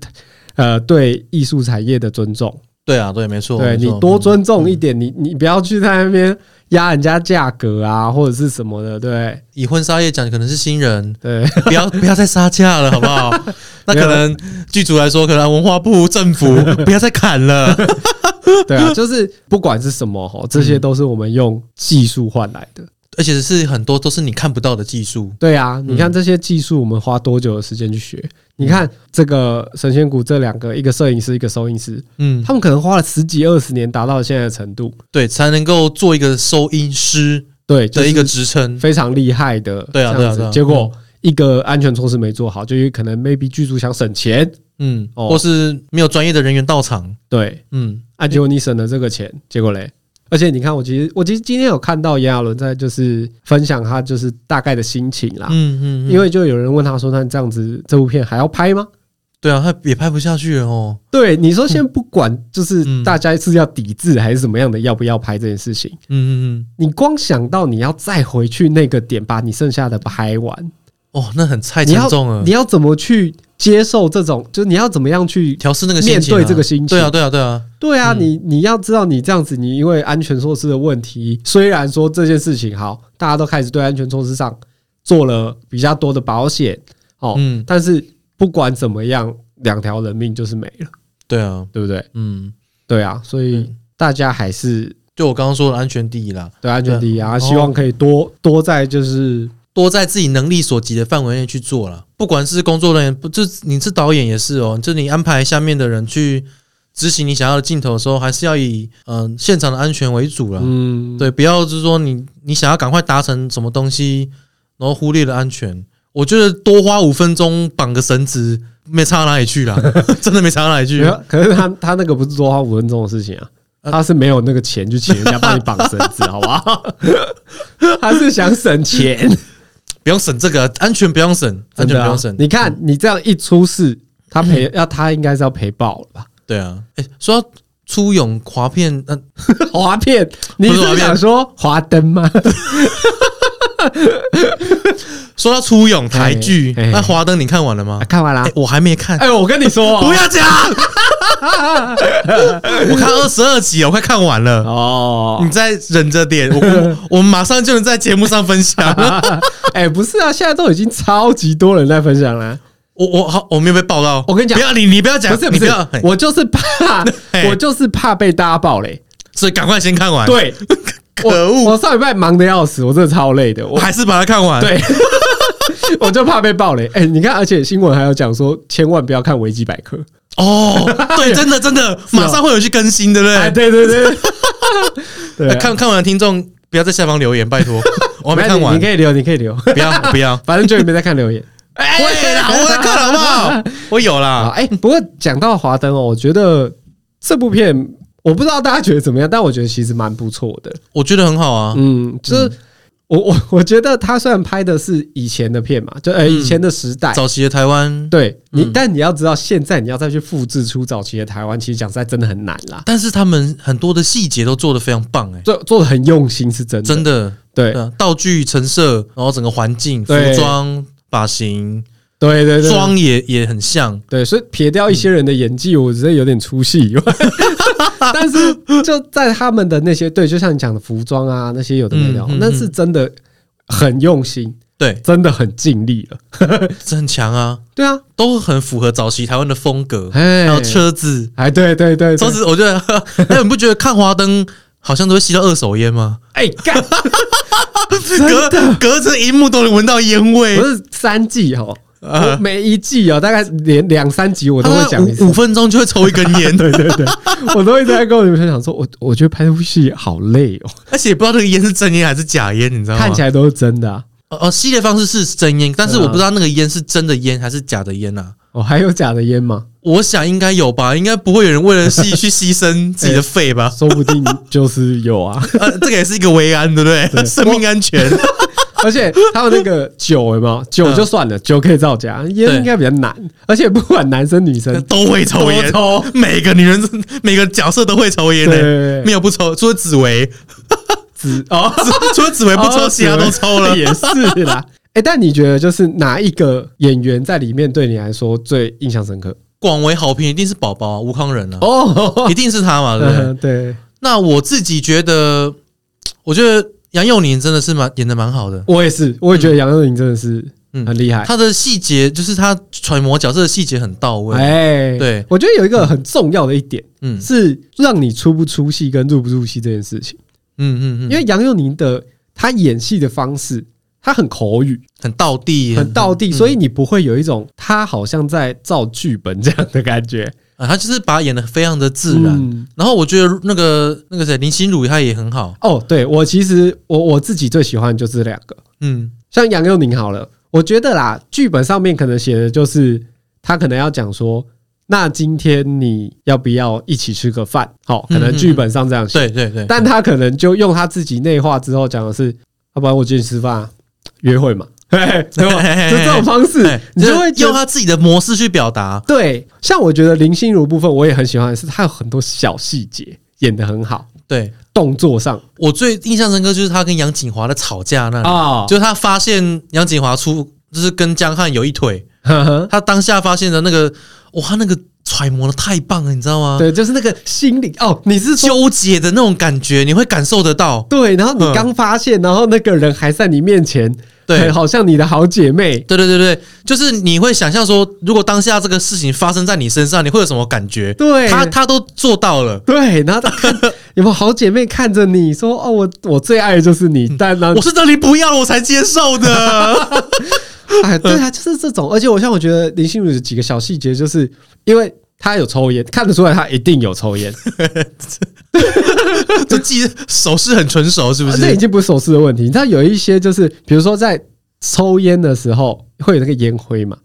A: 呃，对艺术产业的尊重，
B: 对啊，对，没错，
A: 对
B: 没
A: 你
B: 错嗯
A: 多尊重一点，你你不要去在那边压人家价格啊，或者是什么的，对，
B: 嗯以婚纱业讲，可能是新人
A: 对 *laughs*
B: 不 *laughs* 要不要再杀价了，好不 *laughs* 好？那可能剧组来说，可能文化 *laughs* 部、政府不要再砍了。
A: 对啊，就是不管是什么吼，这些都是我们用技术换来的。
B: *laughs* 而且是很多都是你看不到的技术。
A: 对啊，你看这些技术，我们花多久的时间去
B: 嗯
A: 学？你看这个神仙谷这两个，一个摄影师，一个收音师，
B: 嗯，
A: 他们可能花了十几二十年达到现在的程度，
B: 对，才能够做一个收音师
A: 对，就
B: 的
A: 是
B: 一个职称。
A: 非常厉害的，
B: 对啊
A: 这样子
B: 对啊对啊
A: 结果一个安全措施没做好，就有可能 maybe 剧组想省钱，
B: 嗯，
A: 哦
B: 或是没有专业的人员到场。
A: 对，
B: 嗯，
A: 啊，结果你省了这个钱，结果嘞，而且你看，我其实我其实今天有看到炎亚纶在就是分享他就是大概的心情啦，
B: 嗯嗯，嗯
A: 因为就有人问他说，那这样子这部片还要拍吗？
B: 对啊，他也拍不下去了哦。
A: 对，你说先不管，就是
B: 嗯
A: 大家是要抵制还是怎么样的，要不要拍这件事情，
B: 嗯嗯
A: 你光想到你要再回去那个点，把你剩下的拍完，
B: 嗯，哦，那很太
A: 你
B: 沉
A: 要
B: 重了
A: 你。要怎么去接受这种？就是你要怎么样去？
B: 调试那个心情、啊，
A: 面对这个心情
B: 对啊，对啊，对啊，
A: 对啊，
B: 嗯
A: 你你要知道，你这样子，你因为安全措施的问题，虽然说这件事情好，大家都开始对安全措施上做了比较多的保险哦，
B: 嗯，
A: 但是不管怎么样，两条人命就是没了，
B: 对啊，
A: 对不对？
B: 嗯，
A: 对啊，所以
B: 嗯
A: 大家还是
B: 就我刚刚说的安全第一啦，
A: 对安全第一啊，
B: 对
A: 希望可以多多在就是
B: 多在自己能力所及的范围内去做啦。不管是工作人员，不就是你是导演也是哦，就你安排下面的人去执行你想要的镜头的时候，还是要以嗯、呃现场的安全为主啦。
A: 嗯，
B: 对，不要就是说你你想要赶快达成什么东西，然后忽略了安全。我觉得多花五分钟绑个绳子，没差到哪里
A: *laughs*
B: 去啦，真的没差到哪里去
A: 没。有，可是他他那个不是多花五分钟的事情啊，
B: 呃
A: 他是没有那个钱去请人家帮你绑绳子，好不好？ *laughs* 他是想省钱，
B: 不用省这个啊安全，不用省
A: 真
B: 安全，
A: 的
B: 不
A: 啊
B: 用省。
A: 你看你这样一出事，他赔
B: 嗯
A: 要他应该是要赔爆了吧？ *laughs*
B: 对啊，哎、说到出泳划片，呃那、
A: 滑片，你
B: 不是滑
A: 是
B: 片啊
A: 想说华灯
B: *laughs*
A: 吗？
B: 说到出泳台剧，
A: 哎哎
B: 那《华灯》你看完了吗
A: 啊？看完啦
B: 哎、。我还没看，
A: 哎，我跟你
B: *laughs*
A: 说，
B: 不要讲，我看二十二集，我快看完了。
A: 哦
B: *laughs*
A: *laughs*
B: 你。再忍着点，我我我们马上就能在节目上分享。
A: 哎，不是啊，现在都已经超级多人在分享了。
B: 我我好，我没有被报道。
A: 我跟你讲
B: 不要你你不要讲，
A: 不是
B: 哎你
A: 不
B: 不
A: 是
B: 要，嘿，
A: 我就是怕，
B: *laughs* 嘿
A: 我就是怕被大家爆雷。
B: 所以赶快先看完。，
A: 对，
B: *laughs* 可恶，
A: 我上礼拜忙得要死，我真的超累的。
B: 我
A: 我
B: 还是把它看完。，
A: 对， *laughs* 我就怕被爆雷。哎、你看，而且新闻还有讲说，千万不要看维基百科。
B: 哦，
A: *laughs*
B: 对，真的真的，马上会有去更新，对不
A: 哦哎，
B: 对？
A: 对对
B: *laughs*
A: 对，对啊、
B: 哎看看完的听众不要在下方留
A: *laughs*
B: 言，拜托，我还没看
A: 你
B: 完
A: 你，可以留，你可以留， *laughs*
B: 不要不要。
A: 反正就也没在看留言。
B: 会啦，我在看好不好？我有
A: 哎啊，
B: 啦，
A: 哎、不过讲到华灯哦，我觉得这部片，我不知道大家觉得怎么样，但我觉得其实蛮不错的。
B: 我觉得很好啊。
A: 嗯，就是。我我我觉得他虽然拍的是以前的片嘛，就呃以前的时代，
B: 嗯早期的台湾，
A: 对你，
B: 嗯
A: 但你要知道，现在你要再去复制出早期的台湾，其实讲实在真的很难啦。
B: 但是他们很多的细节都做得非常棒，哎，
A: 做做的很用心是真的，
B: 真的，
A: 对
B: 对啊，道具陈设，然后整个环境、服
A: 对
B: 装、发型、
A: 对对对，
B: 妆也也很像。
A: 对，所以撇掉一些人的演技，我真的有点出戏以外， *laughs* 但是就在他们的那些对，就像你讲的服装啊那些有的没的，
B: 嗯嗯嗯
A: 那是真的很用心，
B: 对，
A: 真的很尽力了。
B: 这很强啊，
A: 对啊，
B: 都很符合早期台湾的风格，
A: 哎
B: 还有车子，
A: 哎，对对对，
B: 车
A: 对
B: 子我觉得， *laughs* 哎，你不觉得看华灯好像都会吸到二手烟吗？
A: 哎 *laughs* 干，
B: 隔隔着荧幕都能闻到烟味
A: 不，是三季哦，
B: 啊
A: 我每一季哦，大概连两三集我都会讲一
B: 他
A: 次
B: 五五。分钟就会抽一根
A: *laughs*
B: 烟，
A: 对对对，我都一直在跟我女朋友讲说，我我觉得拍这部戏好累哦，
B: 而且也不知道这个烟是真烟还是假烟，你知道
A: *laughs*
B: 吗？
A: 看起来都是真的啊。
B: 哦哦，吸的方式是真烟，但是我不知道那个烟是真的烟还是假的烟啊。
A: 哦，还有假的烟吗？
B: 我想应该有吧，应该不会有人为了戏去牺牲自己的肺吧？
A: *laughs* 说不定就是有啊。
B: 呃，这个也是一个维安，对不
A: 对
B: 对？生命安全。
A: 而且还有那个酒有没有？酒就算了，酒可以造假，烟
B: 嗯对
A: 应该比较难。而且不管男生女生，
B: 都会抽烟，每个女人每个角色都会抽烟的、欸
A: 对对对
B: 没有不抽，除了紫薇， *laughs*
A: 只哦，
B: 除了紫薇不抽，
A: 哦
B: 其他都抽了。
A: 也是啦。哎，但你觉得就是哪一个演员在里面对你来说最印象深刻？
B: 广为好评一定是宝宝啊，吴康仁啊，
A: 哦， *laughs*
B: 一定是他嘛，对不对？
A: 嗯对，
B: 那我自己觉得，我觉得杨佑宁真的是蛮演的蛮好的，
A: 我也是，我也觉得杨佑宁真的是
B: 嗯
A: 很厉害。
B: 他的细节就是他揣摩角色的细节很到位。
A: 哎，
B: 对
A: 我觉得有一个很重要的一点
B: 嗯
A: 是让你出不出戏跟入不入戏这件事情，
B: 嗯嗯嗯，
A: 因为杨佑宁的他演戏的方式，他很口语。
B: 很到地，
A: 很道地，
B: 嗯
A: 所以你不会有一种他好像在造剧本这样的感觉，
B: 啊，他就是把他演的非常的自然。
A: 嗯
B: 然后我觉得那个那个谁林心如她也很好，
A: 哦，对我其实我我自己最喜欢就这两个，
B: 嗯
A: 像杨佑宁好了，我觉得啦，剧本上面可能写的就是他可能要讲说，那今天你要不要一起吃个饭？好、可能
B: 嗯嗯
A: 剧本上这样写，
B: 对对对，
A: 但他可能就用他自己内化之后讲的是，要、不然我请你吃饭、啊，约会嘛， *laughs* 对，对吧？就这种方式
B: 哎，
A: 你就会
B: 是
A: 觉
B: 用
A: 得
B: 他自己的模式去表达。
A: 对。像我觉得林心如部分，我也很喜欢的是，她有很多小细节演得很好，
B: 对
A: 动作上
B: 我最印象深刻就是他跟杨景华的吵架那里，
A: 啊，
B: 嗯就是他发现杨景华出就是跟江汉有一腿，
A: 呵呵
B: 他当下发现的那个，哇，他那个揣摩的太棒了，你知道吗？
A: 对，就是那个心理哦，你是说
B: 纠结的那种感觉，你会感受得到。
A: 对，然后你
B: 嗯
A: 刚发现，然后那个人还在你面前，
B: 对
A: 好像你的好姐妹，
B: 对对对对，就是你会想象说，如果当下这个事情发生在你身上，你会有什么感觉？
A: 对，
B: 他他都做到了，
A: 对，然后他
B: *laughs*
A: 看有没有好姐妹看着你说：“哦，我我最爱的就是你。”但然后
B: 我是这里不要了我才接受
A: *laughs*
B: 的。
A: 哎，对啊，就是这种。而且我像我觉得林心如有几个小细节，就是因为她有抽烟，看得出来她一定有抽烟，
B: 这记手势很纯熟，是不
A: 啊
B: 是？
A: 这已经不是手势的问题。你知道有一些就是，比如说在抽烟的时候会有那个烟灰嘛，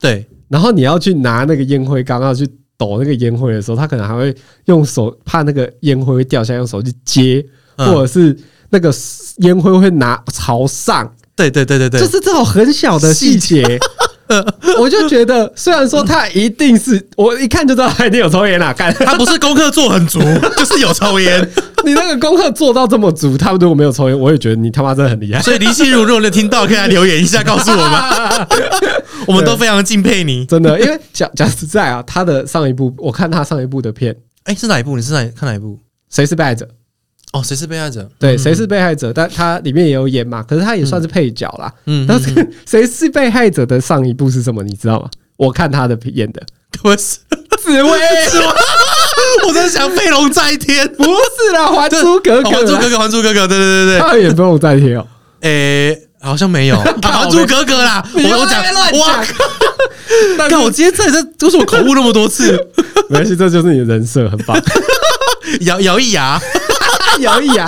B: 对
A: 然后你要去拿那个烟灰缸要去抖那个烟灰的时候，他可能还会用手怕那个烟灰会掉下来，用手去接，
B: 嗯
A: 或者是那个烟灰会拿朝上。
B: 对对对对对，
A: 就是这种很小的细节， *laughs* 我就觉得，虽然说他一定是我一看就知道他一定有抽烟啦，干 *laughs*
B: 他不是功课做很足，就是有抽烟。
A: 你那个功课做到这么足，他如果没有抽烟，我也觉得你他妈真的很厉害。 *laughs*
B: 所以林心如，如果能听到，可以来留言一下，告诉我们，我们都非常敬佩你。
A: 真的，因为讲讲实在啊，他的上一部，我看他上一部的片《
B: 哎、是哪一部？你是哪看哪一部？
A: 谁是被害者》，
B: 哦，谁是被害者？
A: 对，《谁是被害者》，但他里面也有演嘛，可是他也算是配角啦。 *laughs*
B: 嗯，
A: 但是《谁是被害者》的上一部是什么，你知道吗？我看他的演的
B: 我是
A: 紫薇，
B: *laughs* 我真的想飞龙在天，
A: 不是啦，《还珠格格
B: 哦还珠》格
A: 啦，
B: 格，还珠格格，对对
A: *laughs*
B: 对对，
A: 他有演不用再贴哦。
B: 诶、好像
A: *laughs*
B: 没有，啊还珠格格啦，
A: 你
B: 我我讲
A: 在那边乱，
B: 哇
A: 讲，但是
B: 靠，我今天在这，为什么口误那么
A: *laughs*
B: 多次？
A: 没关系，这就是你的人设，很
B: *laughs*
A: 棒。
B: 咬咬一牙，
A: 摇一 *laughs* 摇，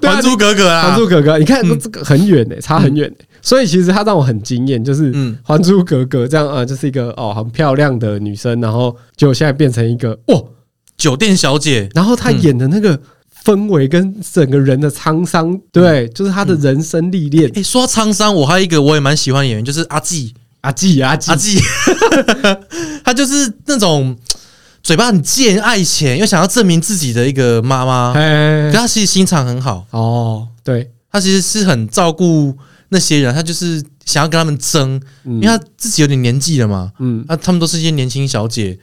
A: 对啊
B: 啊还珠格格
A: 你
B: 啦，
A: 还珠格格，你看这个很远呢、差很远、欸。所以其实他让我很惊艳，就是
B: 嗯
A: 《还珠格格》这样啊，就是一个哦很漂亮的女生，然后结果现在变成一个哇，
B: 酒店小姐，
A: 然后她演的那个氛围跟整个人的沧桑，
B: 嗯
A: 对，就是她的人生历练
B: 诶、。说到沧桑，我还有一个我也蛮喜欢的演员，就是阿纪，
A: 阿纪阿纪
B: 阿，纪， *laughs* 他就是那种嘴巴很贱，爱钱又想要证明自己的一个妈妈，
A: 哎
B: 可他其实心肠很好，
A: 哦，对，
B: 他其实是很照顾那些人，他就是想要跟他们争，
A: 因
B: 因为他自己有点年纪了嘛，
A: 嗯
B: 啊，他们都是一些年轻小姐，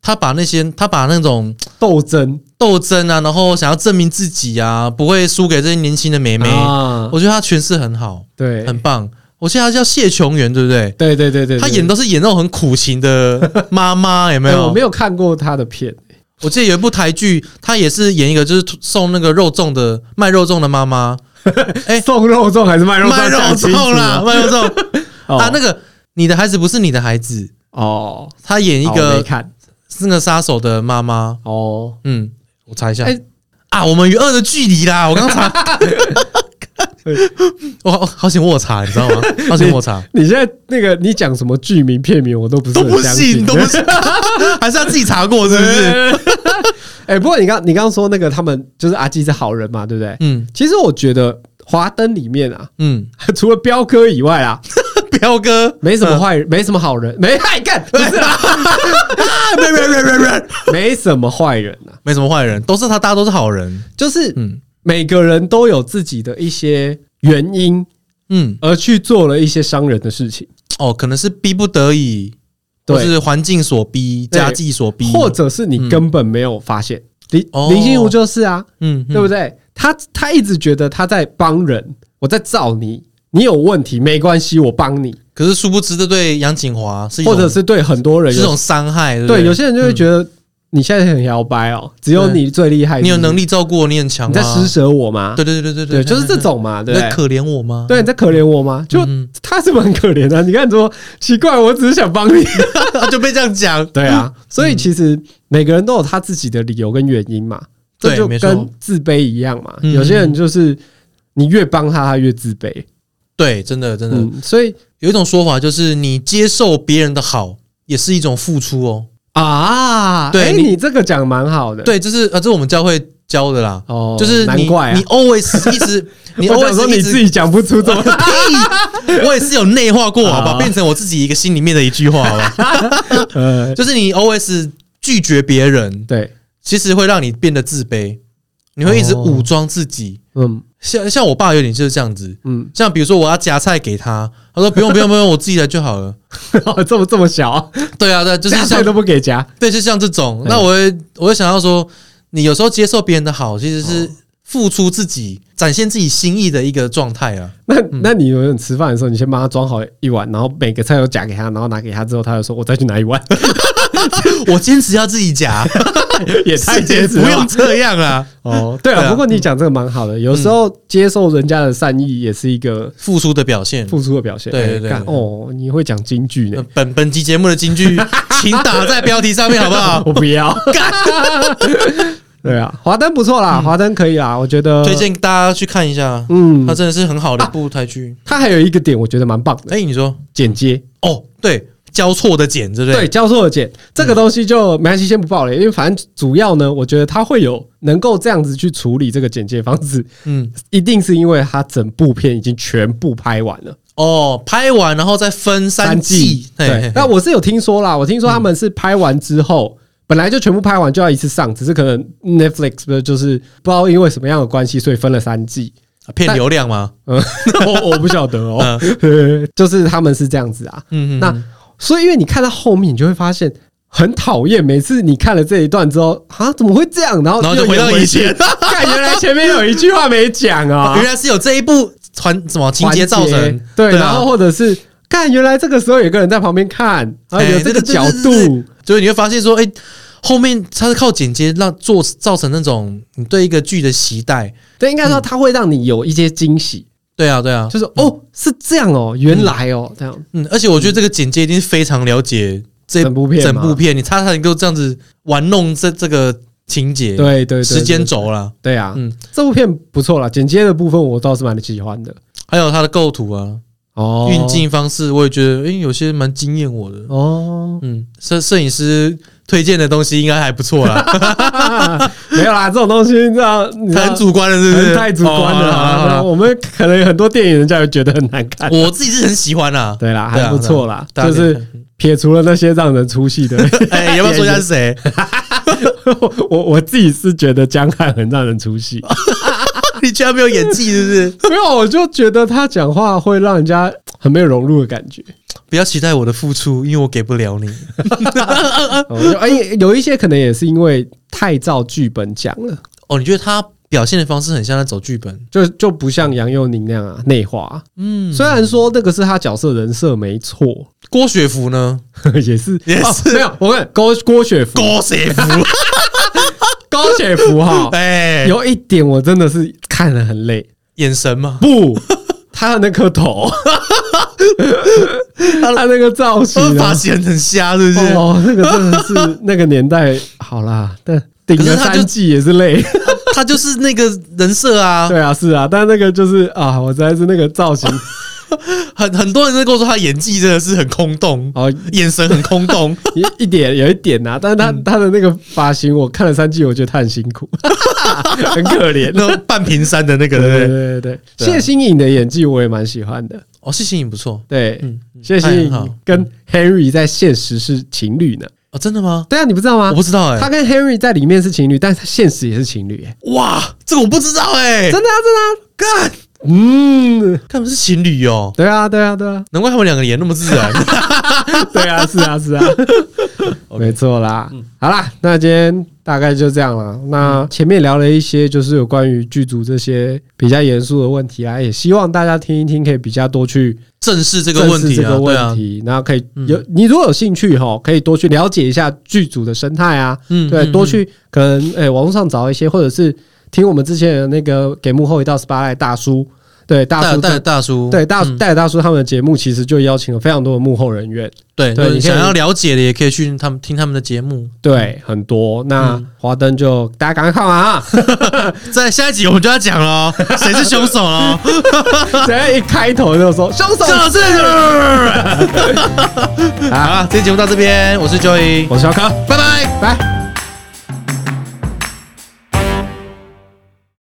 B: 她把那些她把那种
A: 斗争
B: 斗争啊，然后想要证明自己啊，不会输给这些年轻的妹妹，
A: 啊，
B: 我觉得她诠释很好，
A: 对
B: 很棒。我记得她叫谢琼媛，对不对？
A: 对对对对，
B: 她
A: 对
B: 演都是演那种很苦情的妈妈，有没
A: 哎
B: 有？
A: 我没有看过她的片，
B: 我记得有一部台剧，她也是演一个就是送那个肉粽的卖肉粽的妈妈，哎
A: 送肉粽还是卖肉粽？
B: 卖肉
A: 讲清楚
B: 粽啦
A: 啊，
B: 卖肉粽
A: 哦
B: 啊，那个你的孩子不是你的孩子，
A: 哦，
B: 她演一
A: 好我没
B: 个
A: 看
B: 那个杀手的妈妈，
A: 哦，
B: 嗯，我查一下。
A: 哎
B: 啊，我们与恶的距离啦！我刚
A: *laughs*
B: 查，我好好险我有查，你知道吗？好险我有查，
A: 你现在那个你讲什么剧名片名我 *laughs* 都不是
B: 都
A: 很
B: 不
A: 相
B: 信，
A: 信，
B: 都不信， *laughs* 还是他自己查过，是不是？
A: 对。 *laughs* 哎，不过你刚你刚刚说那个他们就是阿基是好人嘛，对不对？
B: 嗯
A: 其实我觉得华灯里面啊， *laughs*
B: 嗯，
A: 除了彪哥以外啊，
B: 彪哥，
A: 没什么坏
B: 嗯
A: 人，没什么好人，没哎干， *laughs* 不是啦，
B: 没没没没没，
A: 没什么坏人啊，
B: 没什么坏人，都是他，大家都是好人。
A: 就是
B: 嗯
A: 每个人都有自己的一些原因
B: 嗯，
A: 而去做了一些伤人的事情，
B: 哦，可能是逼不得已，
A: 对
B: 或是环境所逼、
A: 对
B: 家计所逼，
A: 或者是你根本没有发现。林
B: 哦
A: 林心如就是啊，
B: 嗯，
A: 对不
B: 对？
A: 对？他他一直觉得他在帮人，我在罩你，你有问题没关系，我帮你，
B: 可是殊不知，这对杨景华是一种
A: 或者是对很多人
B: 是一
A: 有
B: 种伤害，对不
A: 对
B: 对嗯
A: 有些人就会觉得你现在很摇摆哦，只有你最厉害，
B: 你有
A: 是不是
B: 能，力照顾我，你很强啊，
A: 你在施舍我吗？
B: 对对对对
A: 对，
B: 对，
A: 就是这种嘛，对
B: 你
A: 不
B: 在
A: 对？
B: 可怜我吗？
A: 对，你 *laughs* 在可怜我吗？就
B: 嗯
A: 他是不是很可怜的？你看说奇怪，我只是想帮你。 *laughs*
B: 就被这样讲。
A: 对啊，
B: 嗯
A: 所以其实每个人都有他自己的理由跟原因嘛，这
B: 对
A: 就
B: 没错
A: 跟自卑一样嘛。
B: 嗯
A: 有些人就是你越帮他，他越自卑。
B: 对，真的真的、
A: 嗯，所以
B: 有一种说法就是，你接受别人的好也是一种付出哦。
A: 啊，
B: 对
A: 哎
B: 你
A: 你这个讲蛮好的，
B: 对，就是呃，这是我们教会教的啦。
A: 哦
B: 就是
A: 难
B: 你
A: 怪啊
B: 你 always 一直，
A: *laughs*
B: 你
A: 我想说
B: always
A: 你
B: 一
A: 自
B: 直。
A: 己讲不出这么
B: *laughs* 屁！我也是有内化过，好不好？
A: 好
B: 变成我自己一个心里面的一句话，好
A: *laughs*
B: 不好？
A: 呃，
B: 就是你 always 拒绝别人，
A: 对，
B: 其实会让你变得自卑，你会一直
A: 哦
B: 武装自己。
A: 嗯
B: 像像我爸有点就是这样子，
A: 嗯， *laughs*
B: 像比如说我要夹菜给他，他说不用不用不用，我自己来就好了。
A: 这么这么小，
B: 对啊，对啊，就是
A: 夹菜
B: 像
A: 都不给夹，
B: 对，就像这种，
A: 嗯
B: 那我会我会想到说，你有时候接受别人的好，其实是付出自己、展现自己心意的一个状态啊。
A: 那那你有人吃饭的时候，你先帮他装好一碗，然后每个菜都夹给他，然后拿给他之后，他就说：“我再去拿一
B: *laughs*
A: 碗。
B: *laughs*
A: *laughs*
B: 我坚持要自己 *laughs* 夹，”
A: 也太坚持
B: 不用
A: 了。
B: 这样 *laughs* 啦，
A: 哦，对
B: 对啊嗯
A: 了，不过你讲这个蛮好的，有时候接受人家的善意也是一个
B: 付出的表现。
A: 付出的表现。
B: 对对
A: 哎
B: 对
A: 干
B: 对嗯
A: 哦，你会讲京剧
B: 那
A: 呢？
B: 本本集节目的金 *laughs* 句，请打在标题上面，好不 *laughs* 好？
A: *laughs* 我不要。对啊，华灯不错啦，华灯可以啦，我觉得
B: 嗯推。荐大家去看一下，
A: 嗯
B: 它，真的是很好的一部台剧。
A: 他还有一个点，我觉得蛮棒的，
B: 哎、你说
A: 剪接。
B: 哦，对，嗯交错的剪，对不对？
A: 对，交错的剪这个东西就没关系，先不爆了，因为反正主要呢，我觉得他会有能够这样子去处理这个剪接方式， *laughs*
B: 嗯，
A: 一定是因为他整部片已经全部拍完了，
B: 哦，拍完然后再分三季，嘿嘿
A: 对
B: 嘿，
A: 那我是有听说啦，我听说他们是拍完之后。本来就全部拍完就要一次上，只是可能 Netflix 不是就是不知道因为什么样的关系，所以分了三季。
B: 啊骗流量吗？
A: 嗯， *laughs* 我我不晓得哦， *laughs* 就是他们是这样子啊。
B: 嗯，嗯
A: 那所以，因为你看到后面，你就会发现很讨厌。每次你看了这一段之后，啊，怎么会这样？然后
B: 然后就
A: 又
B: 回到
A: 演回
B: 以前
A: *laughs* 去，看原来前面有一句话没讲啊，
B: 原来是有这一部传什么情
A: 环
B: 节造成
A: 节，对，
B: 对啊
A: 然后或者是看原来这个时候有个人在旁边看，啊，
B: 哎
A: 有这个
B: 对对对
A: 角
B: 对
A: 度，
B: 就是你会发现说，哎、后面它是靠剪接让做造成那种你对一个剧的期待。
A: 对，应该
B: 嗯
A: 说它会让你有一些惊喜，
B: 对啊，对啊，
A: 就是哦，是这样哦，原来哦，这样，
B: 嗯，而且我觉得这个剪接一定是非常了解这
A: 整部片
B: 整
A: 嘛
B: 部片，你他才能够这样子玩弄这这个情节，
A: 对对，对
B: 时间
A: 对
B: 轴啦，
A: 对啊，
B: 嗯，
A: 这部片不错啦，剪接的部分我倒是蛮喜欢的
B: 还有它的构图啊，
A: 哦，
B: 运镜方式，我也觉得，哎、有些蛮惊艳我的。
A: 哦，
B: 嗯，摄摄影师推荐的东西应该还不错 *laughs* 啦，
A: *laughs* 没有啦，这种东西你知道，你知道
B: 很主观了，是不是？
A: 很太主观了
B: 哦好啦好
A: 啦
B: 啦，
A: 那我们可能有很多电影人家会觉得很难看，
B: *laughs* 我自己是很喜欢啦。
A: 对啦，
B: 对啊啊
A: 还不错啦，
B: 大家
A: 就
B: 可以
A: 是撇除了那些让人出
B: *laughs*
A: 戏的。
B: 哎、要不要说一下是谁？
A: 我我我自己是觉得江汉很让人出
B: *laughs*
A: 戏，
B: *laughs* 你居然没有演技，是不是？
A: 没有，我就觉得他讲话会让人家很没有融入的感觉。
B: 不要期待我的付出，因为我给不了你。啊
A: 哦哎、有一些可能也是因为太照剧本讲了，
B: *laughs* 哦，你觉得他表现的方式很像在走剧本？
A: 就就不像杨佑宁那样啊内化啊、
B: 嗯，
A: 虽然说那个是他角色人设没错，
B: 郭雪芙呢？
A: *laughs* 也是
B: 也
A: 哦
B: 是
A: 没有。我看郭郭雪芙，
B: *laughs* 郭雪芙，
A: 高雪芙哈，
B: *laughs* 哎、有
A: 有一点我真的是看了很累，
B: 眼神嘛？ *laughs*
A: 不，他的那颗头，他那个造型
B: 他的
A: 啊
B: 发。型很瞎，是不是？
A: 哦，那个真的
B: *laughs*
A: 是那个年代好啦，但顶
B: 可
A: 了
B: 是他就
A: 三季也是累。
B: 他就是那个人设 *laughs*
A: *laughs*
B: 啊，
A: 对啊，是啊，但那个就是啊，我实在是那个造型
B: 很很多人都跟我说他演技真的是很空 *laughs* 洞，
A: 哦，
B: 眼神很空 *laughs* 洞。
A: 一一点有一点呐、啊，但是
B: 嗯
A: 他、他的那个发型，我看了三季，我觉得他很辛苦， *laughs* 很可怜。
B: 那种半屏山的那个，
A: 对
B: 对
A: 对
B: 不对？
A: 对对对，
B: 对啊
A: 谢欣颖的演技我也蛮喜欢的。
B: 哦，谢谢你不错，
A: 对，
B: 嗯，
A: 谢欣
B: 她也很好
A: 颖跟 Henry 在现实是情侣呢。
B: 哦，真的吗？
A: 对啊，你不知道
B: 我
A: 吗？
B: 不知道哎、
A: 他跟 Henry 在里面是情侣，但是他现实也是情侣、欸，
B: 哇，这个我不知道哎、
A: 真的啊，真的啊。
B: 干，
A: 嗯，
B: 他们是情侣哦，
A: 对啊，对啊，对啊。
B: 难怪他们两个演那么自然。
A: *laughs* 对啊，是啊， *laughs* 是啊，嗯没错啦。好啦，那今天大概就这样了。那前面聊了一些就是有关于剧组这些比较严肃的问题啦，也希望大家听一听，可以比较多去
B: 正视这个
A: 正
B: 问
A: 视
B: 题
A: 这
B: 啊，
A: 个
B: 对
A: 问
B: 啊，
A: 题，然后可以有你如果有兴趣哈，可以多去了解一下剧组的生态啊，
B: 嗯
A: 对，
B: 嗯
A: 多去可能诶、网络上找一些，或者是听我们之前的那个给幕后一道 spotlight 大叔，对大
B: 大
A: 叔
B: 大大叔，
A: 对大
B: 嗯
A: 戴尔大叔他们的节目，其实就邀请了非常多的幕后人员。
B: 对
A: 对
B: 对，
A: 你可以
B: 想要了解的也可以去他们听他们的节目。
A: 对，很多。
B: 嗯
A: 那华灯就大家赶快看完
B: *laughs*
A: 啊！
B: 在下一集我们就要讲了哦，谁是凶手哦？
A: 只要一开头就说凶手，
B: 就是
A: *laughs*
B: 好了，这期节目到这边，我是 Joey，
A: 我是肖康，
B: 拜拜。
A: 拜。